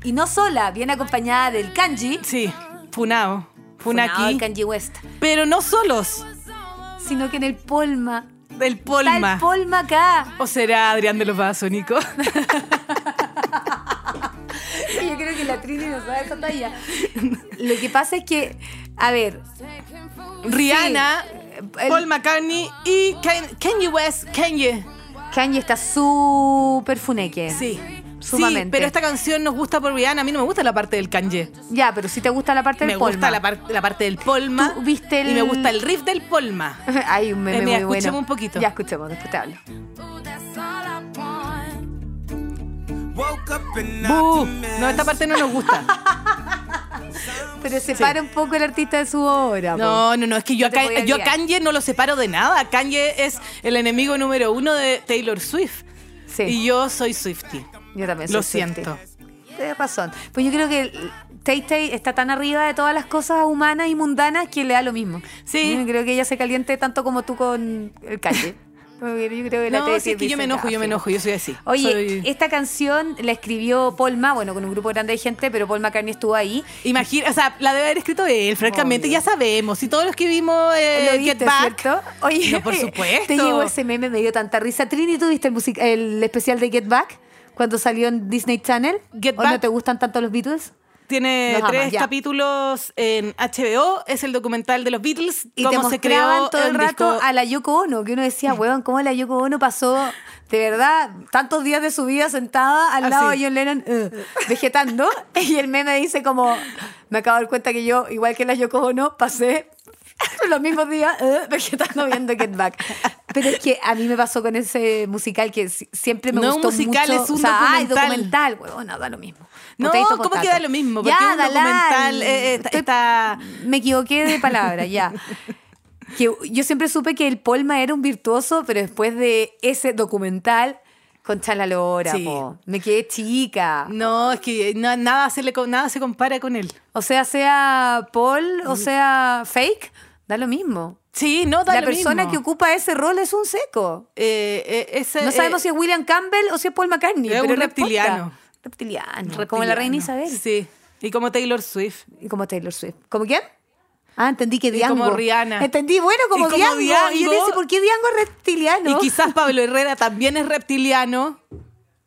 Speaker 2: Y no sola, viene acompañada del kanji.
Speaker 3: Sí, Funao.
Speaker 2: Funado
Speaker 3: Funaki.
Speaker 2: el kanji West.
Speaker 3: Pero no solos.
Speaker 2: Sino que en el Polma.
Speaker 3: Del
Speaker 2: Está
Speaker 3: Polma.
Speaker 2: el Polma acá.
Speaker 3: ¿O será Adrián de los Babasónicos?
Speaker 2: Yo creo que la Trini nos da esa talla. Lo que pasa es que, a ver,
Speaker 3: Rihanna,
Speaker 2: el-
Speaker 3: Paul McCartney y Ken- Kanye West. Kanye.
Speaker 2: Kanye está súper funeque.
Speaker 3: Sí.
Speaker 2: Sumamente.
Speaker 3: Sí, pero esta canción nos gusta por Rihanna. A mí no me gusta la parte del kanje.
Speaker 2: Ya, pero si te gusta la parte
Speaker 3: Me
Speaker 2: del polma.
Speaker 3: gusta la, parte la parte del polma.
Speaker 2: ¿Tú viste el-
Speaker 3: Y me gusta el riff del polma.
Speaker 2: Hay un meme
Speaker 3: Eh, mira,
Speaker 2: muy bueno.
Speaker 3: escuchemos un poquito.
Speaker 2: Ya escuchemos, después te hablo.
Speaker 1: Woke up and
Speaker 3: ¡Bú!
Speaker 1: out
Speaker 3: No, esta parte no nos
Speaker 2: Ah,
Speaker 3: gusta.
Speaker 2: Pero separa un poco el artista de su obra. po.
Speaker 3: No, no, no, es que yo, a
Speaker 2: No te
Speaker 3: Kan-
Speaker 2: podía
Speaker 3: yo a
Speaker 2: olvidar.
Speaker 3: Kanye no lo separo de nada. Kanye es el enemigo número uno de Taylor Swift.
Speaker 2: Sí,
Speaker 3: Y yo soy Swifty.
Speaker 2: yo también soy
Speaker 3: Lo
Speaker 2: Swiftie.
Speaker 3: siento.
Speaker 2: Tienes razón. Pues yo creo que Tay Tay está tan arriba de todas las cosas humanas y mundanas que le da lo mismo.
Speaker 3: Sí.
Speaker 2: Yo creo que ella se caliente tanto como tú con el calle. Como que Yo creo que la
Speaker 3: No,
Speaker 2: Tay
Speaker 3: sí,
Speaker 2: Tay
Speaker 3: es que yo me
Speaker 2: dice,
Speaker 3: enojo,
Speaker 2: "Ah,
Speaker 3: yo me
Speaker 2: filo".
Speaker 3: enojo, yo soy así.
Speaker 2: Oye,
Speaker 3: Soy-
Speaker 2: esta canción la escribió Polma, bueno, con un grupo grande de gente, pero Paul McCartney estuvo ahí.
Speaker 3: Imagina, o sea, la debe haber escrito él, francamente,
Speaker 2: Obvio.
Speaker 3: ya sabemos. Y todos los que vimos eh,
Speaker 2: ¿Lo viste,
Speaker 3: Get Back.
Speaker 2: cierto? Oye,
Speaker 3: No, por
Speaker 2: oye,
Speaker 3: supuesto.
Speaker 2: Te llegó ese meme, me dio tanta risa. Trini, ¿tú viste el, music- el especial de Get Back cuando salió en Disney Channel?
Speaker 3: Get
Speaker 2: ¿O no
Speaker 3: Back.
Speaker 2: te gustan tanto los Beatles?
Speaker 3: Tiene
Speaker 2: Los amas,
Speaker 3: tres
Speaker 2: ya.
Speaker 3: capítulos en HBO, es el documental de los Beatles,
Speaker 2: Y te
Speaker 3: cómo se creó
Speaker 2: mostraban todo el rato
Speaker 3: disco. Mm.
Speaker 2: a la Yoko Ono, que uno decía, weón, cómo la Yoko Ono pasó de verdad tantos días de su vida sentada al
Speaker 3: Así.
Speaker 2: lado de John Lennon eh, vegetando. y el meme dice como, me acabo de dar cuenta que yo, igual que la Yoko Ono, pasé los mismos días eh, vegetando viendo Get Back. Pero es que a mí me pasó con ese musical que si- siempre me
Speaker 3: No es un
Speaker 2: gustó
Speaker 3: musical,
Speaker 2: mucho.
Speaker 3: es un
Speaker 2: o sea, ay,
Speaker 3: documental.
Speaker 2: documental, weón, da lo mismo.
Speaker 3: No,
Speaker 2: Potato,
Speaker 3: ¿cómo
Speaker 2: potato.
Speaker 3: que da lo mismo? Porque un
Speaker 2: da la-
Speaker 3: documental, eh, eh, está-
Speaker 2: estoy-
Speaker 3: está-
Speaker 2: Me equivoqué de palabra, ya. Que yo siempre supe que el Polma era un virtuoso, pero después de ese documental con Chalalora,
Speaker 3: Sí.
Speaker 2: po, me quedé chica.
Speaker 3: No, es que eh, na- nada, se le, co- nada se compara con él.
Speaker 2: O sea, sea Paul, o sea fake, da lo mismo.
Speaker 3: Sí, no, Mm. da
Speaker 2: La
Speaker 3: lo
Speaker 2: persona
Speaker 3: mismo.
Speaker 2: que ocupa ese rol es un seco.
Speaker 3: Eh, eh, ese,
Speaker 2: No sabemos
Speaker 3: eh,
Speaker 2: si es William Campbell o si es Paul McCartney.
Speaker 3: es
Speaker 2: pero
Speaker 3: un
Speaker 2: no importa.
Speaker 3: reptiliano.
Speaker 2: reptiliano. como la reina
Speaker 3: reptiliano.
Speaker 2: Isabel.
Speaker 3: Sí, y como Taylor Swift.
Speaker 2: Y como Taylor Swift. ¿Como quién? Ah, entendí que
Speaker 3: Y
Speaker 2: Diango.
Speaker 3: como Rihanna.
Speaker 2: Entendí, bueno, como,
Speaker 3: Y como
Speaker 2: Diango. Y yo
Speaker 3: Diango.
Speaker 2: decía, ¿por qué Diango es reptiliano?
Speaker 3: Y quizás Pablo Herrera también es reptiliano.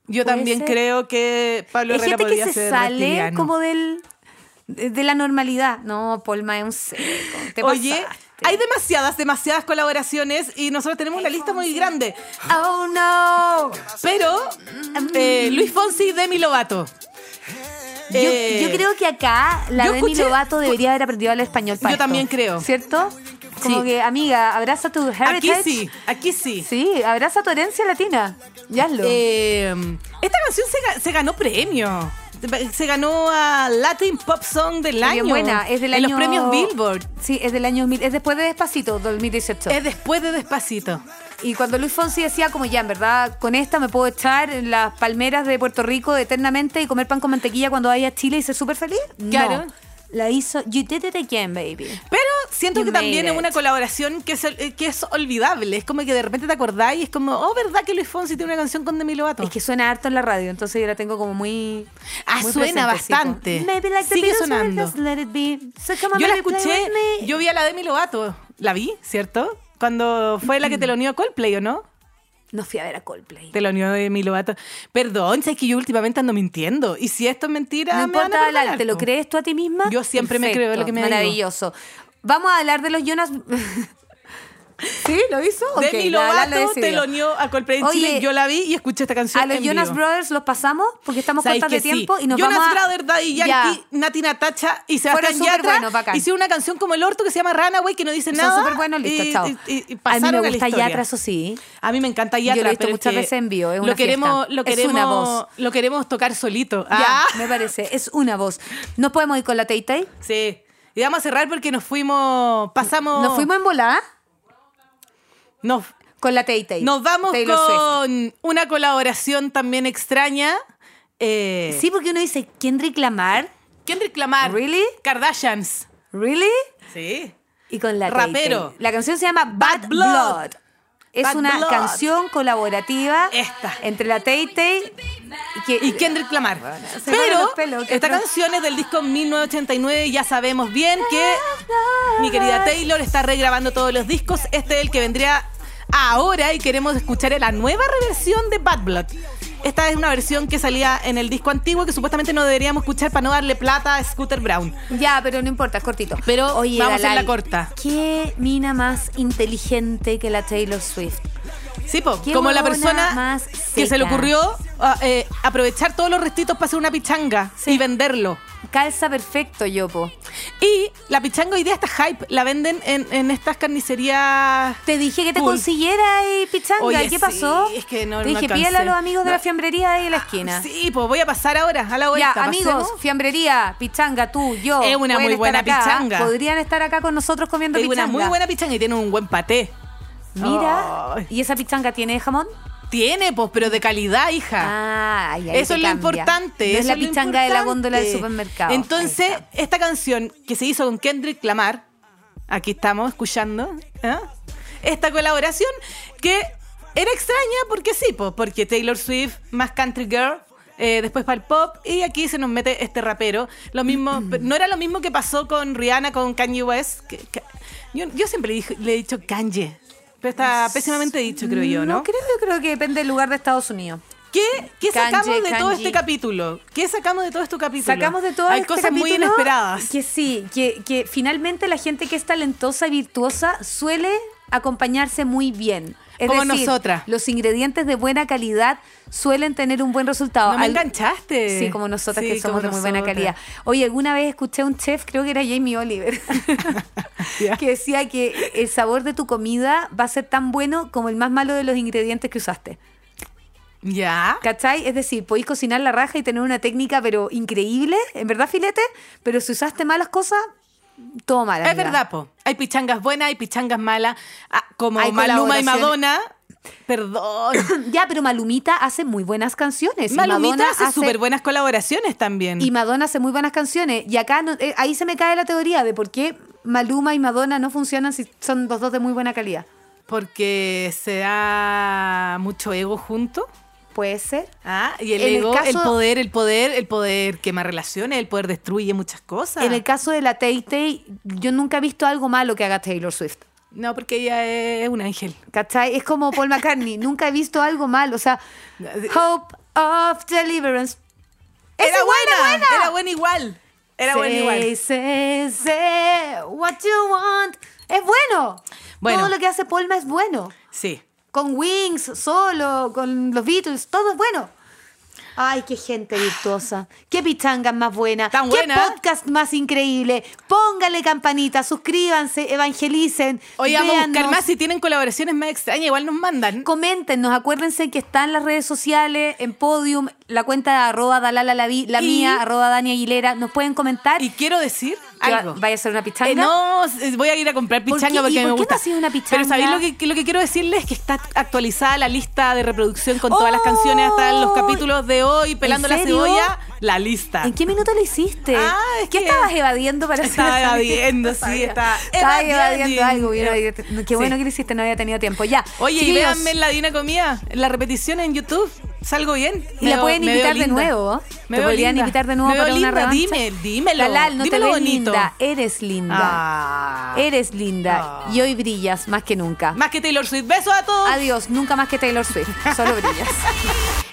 Speaker 3: Yo
Speaker 2: Puede
Speaker 3: también
Speaker 2: ser.
Speaker 3: creo que Pablo
Speaker 2: Hay
Speaker 3: Herrera
Speaker 2: gente que
Speaker 3: podría
Speaker 2: se
Speaker 3: ser
Speaker 2: sale
Speaker 3: reptiliano.
Speaker 2: como del de de la normalidad. No, Polma es un seco. Te
Speaker 3: Oye,
Speaker 2: pasaste.
Speaker 3: hay demasiadas, demasiadas colaboraciones y nosotros tenemos una lista muy grande.
Speaker 2: Oh no.
Speaker 3: Pero eh, Luis Fonsi y Demi Lovato.
Speaker 2: Yo,
Speaker 3: Eh,
Speaker 2: yo creo que acá la
Speaker 3: yo
Speaker 2: Demi
Speaker 3: escuché-
Speaker 2: Lovato debería haber aprendido a hablar español. para
Speaker 3: Yo
Speaker 2: esto.
Speaker 3: también creo.
Speaker 2: ¿Cierto? Como
Speaker 3: Sí.
Speaker 2: que, amiga, abraza tu heritage.
Speaker 3: Aquí sí, aquí sí.
Speaker 2: Sí, abraza tu herencia latina. Y hazlo.
Speaker 3: Eh, esta canción se, ga- se ganó premio. Se ganó a Latin Pop Song del
Speaker 2: Está
Speaker 3: año.
Speaker 2: bien buena. Es del
Speaker 3: en
Speaker 2: año...
Speaker 3: los premios Billboard.
Speaker 2: Sí, es del año 2000. Es después de Despacito, 2018.
Speaker 3: Es después de Despacito.
Speaker 2: Y cuando Luis Fonsi decía como ya, en verdad, con esta me puedo echar en las palmeras de Puerto Rico eternamente y comer pan con mantequilla cuando vaya a Chile y ser súper feliz. no.
Speaker 3: Claro.
Speaker 2: La hizo You Did It Again, baby.
Speaker 3: Pero siento
Speaker 2: You
Speaker 3: que
Speaker 2: made
Speaker 3: también es
Speaker 2: it.
Speaker 3: una colaboración que es, eh, que es olvidable. Es como que de repente te acordás y es como, oh, ¿verdad que Luis Fonsi tiene una canción con Demi Lovato?
Speaker 2: Es que suena harto en la radio, entonces yo la tengo como muy.
Speaker 3: Ah,
Speaker 2: muy
Speaker 3: suena
Speaker 2: presente, sí, como,
Speaker 3: bastante.
Speaker 2: Maybe like the
Speaker 3: Sigue
Speaker 2: Beatles were
Speaker 3: sonando.
Speaker 2: just let it be. So come on,
Speaker 3: yo la
Speaker 2: baby, play
Speaker 3: escuché,
Speaker 2: with me.
Speaker 3: yo vi a la Demi Lovato. La vi, ¿cierto? Cuando fue la que te lo unió a Coldplay, ¿o no?
Speaker 2: No fui a ver a Coldplay.
Speaker 3: Te lo unió Demi Lovato. Perdón, si es que yo últimamente ando mintiendo. Y si esto es mentira,
Speaker 2: No
Speaker 3: me van a
Speaker 2: importa, la-
Speaker 3: perdonar,
Speaker 2: ¿te lo
Speaker 3: po.
Speaker 2: crees tú a ti misma?
Speaker 3: Yo siempre me creo lo que me digo.
Speaker 2: Maravilloso. Vamos a hablar de los Jonas. ¿Sí? ¿Lo hizo? Ok,
Speaker 3: Demi
Speaker 2: la- la- la
Speaker 3: Lovato te
Speaker 2: decidió.
Speaker 3: lo unió a Coldplay en
Speaker 2: Oye,
Speaker 3: Chile. Yo la vi y escuché esta canción
Speaker 2: A los
Speaker 3: en
Speaker 2: Jonas
Speaker 3: vivo.
Speaker 2: Brothers los pasamos porque estamos
Speaker 3: Sabéis
Speaker 2: cortas de
Speaker 3: que sí.
Speaker 2: tiempo y nos
Speaker 3: Jonas
Speaker 2: vamos a...
Speaker 3: Brother, Daddy
Speaker 2: Ya.
Speaker 3: Yankee, Nati Natacha y Sebastián
Speaker 2: súper
Speaker 3: Yatra
Speaker 2: buenos, bacán.
Speaker 3: hicieron una canción como el orto que se llama Runaway que no dice nada.
Speaker 2: Son súper buenos, listo,
Speaker 3: y-
Speaker 2: chao.
Speaker 3: y- y- y
Speaker 2: a mí
Speaker 3: pasaron
Speaker 2: me
Speaker 3: la
Speaker 2: gusta
Speaker 3: historia.
Speaker 2: Yatra, eso sí.
Speaker 3: A mí me encanta Yatra,
Speaker 2: Yo lo he visto
Speaker 3: pero es
Speaker 2: muchas
Speaker 3: que
Speaker 2: veces en vivo, es una
Speaker 3: lo queremos,
Speaker 2: fiesta.
Speaker 3: lo
Speaker 2: Es
Speaker 3: queremos,
Speaker 2: una voz.
Speaker 3: Lo queremos tocar solito. Ah,
Speaker 2: Ya, me parece. Es una voz. ¿Nos podemos ir con la Tay-Tay?
Speaker 3: sí. Y vamos a cerrar porque nos fuimos, pasamos...
Speaker 2: ¿Nos fuimos en volada?
Speaker 3: Nos,
Speaker 2: Con la Tay-Tay.
Speaker 3: nos vamos
Speaker 2: Taylor Swift.
Speaker 3: con una colaboración también extraña. Eh,
Speaker 2: Sí, porque uno dice, Kendrick Lamar,
Speaker 3: Kendrick Lamar.
Speaker 2: ¿Really?
Speaker 3: Kardashians.
Speaker 2: ¿really?
Speaker 3: Sí.
Speaker 2: Y con la
Speaker 3: Rapero.
Speaker 2: Tay-Tay. La canción se llama Bad
Speaker 3: Bad
Speaker 2: Blood.
Speaker 3: Blood.
Speaker 2: Es
Speaker 3: Bad
Speaker 2: una
Speaker 3: Blood.
Speaker 2: canción colaborativa
Speaker 3: Esta.
Speaker 2: entre la Tay-Tay y, que-
Speaker 3: y Kendrick Lamar.
Speaker 2: se ponen
Speaker 3: Pero
Speaker 2: los pelos, qué
Speaker 3: esta
Speaker 2: atroz.
Speaker 3: canción es del disco 1989 y ya sabemos bien que mi querida Taylor está regrabando todos los discos. Este es el que vendría ahora y queremos escuchar la nueva reversión de Bad Blood. Esta es una versión que salía en el disco antiguo que supuestamente no deberíamos escuchar para no darle plata a Scooter Brown.
Speaker 2: Ya, pero no importa, es cortito.
Speaker 3: Pero vamos a hacerla
Speaker 2: Dalai,
Speaker 3: corta.
Speaker 2: ¿Qué mina más inteligente que la Taylor Swift?
Speaker 3: Sí, po,
Speaker 2: Qué
Speaker 3: como la
Speaker 2: huevona
Speaker 3: persona
Speaker 2: más
Speaker 3: que se
Speaker 2: seca.
Speaker 3: le ocurrió ah, eh, aprovechar todos los restitos para hacer una pichanga y venderlo.
Speaker 2: Calza perfecto, Yopo.
Speaker 3: Y la pichanga hoy día está hype, la venden en, en estas carnicerías.
Speaker 2: Te dije que te
Speaker 3: Full.
Speaker 2: consiguiera ahí pichanga.
Speaker 3: Oye,
Speaker 2: ¿Y ¿Qué pasó?
Speaker 3: sí, es que no-
Speaker 2: te
Speaker 3: no
Speaker 2: dije,
Speaker 3: alcancé.
Speaker 2: pídele a los amigos de
Speaker 3: No.
Speaker 2: la fiambrería ahí de la esquina.
Speaker 3: Sí, pues voy a pasar ahora, a la
Speaker 2: Ya,
Speaker 3: vuelta.
Speaker 2: amigos,
Speaker 3: pasemos.
Speaker 2: fiambrería, pichanga, tú, yo.
Speaker 3: Es una
Speaker 2: pueden
Speaker 3: muy
Speaker 2: estar
Speaker 3: buena
Speaker 2: acá.
Speaker 3: pichanga.
Speaker 2: Podrían estar acá con nosotros comiendo
Speaker 3: Es
Speaker 2: pichanga.
Speaker 3: una muy buena pichanga y tiene un buen paté.
Speaker 2: Mira,
Speaker 3: Ay.
Speaker 2: ¿y esa pichanga tiene jamón?
Speaker 3: Tiene, pues, pero de calidad, hija.
Speaker 2: Ah, ahí, ahí
Speaker 3: eso
Speaker 2: te
Speaker 3: es lo
Speaker 2: cambia.
Speaker 3: importante.
Speaker 2: No
Speaker 3: eso
Speaker 2: es la
Speaker 3: es lo
Speaker 2: pichanga de la
Speaker 3: importante.
Speaker 2: góndola del supermercado.
Speaker 3: Entonces, esta canción que se hizo con Kendrick Lamar, aquí estamos escuchando, ¿eh? esta colaboración que era extraña porque sí, po, porque Taylor Swift, más country girl. eh, después para el pop y aquí se nos mete este rapero. Lo mismo, no era lo mismo que pasó con Rihanna, con Kanye West. que- que- yo, yo siempre le, dije- le he dicho Kanye, pero está pésimamente dicho, creo yo, ¿no?
Speaker 2: No, creo, yo creo que depende del lugar de Estados Unidos.
Speaker 3: ¿Qué, qué
Speaker 2: Kanji,
Speaker 3: sacamos de todo
Speaker 2: kanji.
Speaker 3: este capítulo? ¿Qué sacamos de todo este capítulo?
Speaker 2: Sacamos de todo
Speaker 3: Hay
Speaker 2: este
Speaker 3: cosas muy
Speaker 2: capítulo
Speaker 3: inesperadas.
Speaker 2: Que sí, que, que finalmente la gente que es talentosa y virtuosa suele acompañarse muy bien. Es
Speaker 3: Como
Speaker 2: decir,
Speaker 3: nosotras.
Speaker 2: Los ingredientes de buena calidad suelen tener un buen resultado.
Speaker 3: No me
Speaker 2: Al-
Speaker 3: enganchaste.
Speaker 2: Sí, como nosotras
Speaker 3: Eh, Sí,
Speaker 2: que somos de
Speaker 3: como
Speaker 2: muy buena
Speaker 3: nosotras.
Speaker 2: calidad. Oye, alguna vez escuché a un chef, creo que era Jamie Oliver,
Speaker 3: Ya.
Speaker 2: que decía que el sabor de tu comida va a ser tan bueno como el más malo de los ingredientes que usaste.
Speaker 3: Ya.
Speaker 2: ¿Cachai? Es decir, podéis cocinar la raja y tener una técnica, pero increíble, en verdad filete, pero si usaste malas cosas, todo mal.
Speaker 3: Es
Speaker 2: amiga.
Speaker 3: verdad, po. Hay pichangas buenas, hay pichangas malas. Ah, como
Speaker 2: Hay
Speaker 3: Maluma y
Speaker 2: colaboraciones.
Speaker 3: Madonna. Perdón.
Speaker 2: Ya, pero Malumita hace muy buenas canciones. y
Speaker 3: Malumita
Speaker 2: Madonna
Speaker 3: hace súper buenas colaboraciones también.
Speaker 2: Y Madonna hace muy buenas canciones. Y acá no- eh, ahí se me cae la teoría de por qué Maluma y Madonna no funcionan si son los dos de muy buena calidad.
Speaker 3: Porque se da mucho ego junto.
Speaker 2: Puede ser.
Speaker 3: Ah, y el
Speaker 2: En el
Speaker 3: ego, el
Speaker 2: caso-
Speaker 3: poder, el poder, el poder quema relaciones, el poder destruye muchas cosas.
Speaker 2: En el caso de la Tay Tay, yo nunca he visto algo malo que haga Taylor Swift.
Speaker 3: No, porque ella es un ángel.
Speaker 2: ¿Cachai? Es como Paul McCartney. Nunca he visto algo mal. O sea, Hope of Deliverance. ¡Esa
Speaker 3: Era
Speaker 2: igual
Speaker 3: buena,
Speaker 2: era buena!
Speaker 3: era buena igual. Era buena
Speaker 2: Say,
Speaker 3: igual.
Speaker 2: say, say what you want. Es bueno.
Speaker 3: Bueno.
Speaker 2: Todo lo que hace Paulma es bueno.
Speaker 3: Sí.
Speaker 2: Con Wings, solo, con los Beatles, todo es bueno. Ay, qué gente virtuosa. Qué pichangas más buena.
Speaker 3: Tan
Speaker 2: qué
Speaker 3: buena.
Speaker 2: podcast más increíble. Póngale campanita, suscríbanse, evangelicen.
Speaker 3: Hoy vamos a buscar
Speaker 2: véannos.
Speaker 3: más. Si tienen colaboraciones más extrañas, igual nos mandan.
Speaker 2: Coméntenos, acuérdense que están las redes sociales, en Podium, la cuenta de arroba Dalala Laví, la
Speaker 3: Y-
Speaker 2: mía, arroba Dani Aguilera. Nos pueden comentar.
Speaker 3: Y quiero decir
Speaker 2: que va-
Speaker 3: algo.
Speaker 2: Vaya a ser una pichanga.
Speaker 3: Eh, no, eh, voy a ir a comprar
Speaker 2: ¿Por
Speaker 3: pichanga
Speaker 2: qué?
Speaker 3: porque
Speaker 2: ¿Y
Speaker 3: me
Speaker 2: por qué no
Speaker 3: gusta.
Speaker 2: ha sido una
Speaker 3: Pero sabéis
Speaker 2: pichanga?
Speaker 3: lo que, que- lo que quiero decirles que está actualizada la lista de reproducción con todas las canciones hasta los capítulos de hoy, pelando la
Speaker 2: serio?
Speaker 3: cebolla, la lista.
Speaker 2: ¿En qué minuto lo hiciste?
Speaker 3: Ah, es
Speaker 2: ¿Qué
Speaker 3: que-
Speaker 2: estabas evadiendo para hacer
Speaker 3: Estaba
Speaker 2: esa-
Speaker 3: evadiendo, sí,
Speaker 2: Sabía.
Speaker 3: estaba
Speaker 2: Estaba
Speaker 3: evadiendo.
Speaker 2: evadiendo algo. mira, Qué
Speaker 3: Sí.
Speaker 2: bueno que lo hiciste, no había tenido tiempo. Ya.
Speaker 3: Oye, y
Speaker 2: chiquillos,
Speaker 3: véanme en la Dina Comida, en la repetición en YouTube. Salgo bien.
Speaker 2: Y
Speaker 3: Me
Speaker 2: la
Speaker 3: veo-
Speaker 2: pueden
Speaker 3: me veo
Speaker 2: invitar de
Speaker 3: linda.
Speaker 2: nuevo.
Speaker 3: Me
Speaker 2: te
Speaker 3: veo
Speaker 2: podrían
Speaker 3: linda.
Speaker 2: invitar de nuevo
Speaker 3: Me veo
Speaker 2: para una
Speaker 3: linda,
Speaker 2: revancha.
Speaker 3: Dime, dímelo.
Speaker 2: Dalal, no
Speaker 3: dímelo
Speaker 2: te ves
Speaker 3: bonito.
Speaker 2: linda, eres linda.
Speaker 3: Ah.
Speaker 2: Eres linda
Speaker 3: Ah.
Speaker 2: y hoy brillas más que nunca.
Speaker 3: Más que Taylor Swift. Besos a todos.
Speaker 2: Adiós, nunca más que Taylor Swift. Solo brillas.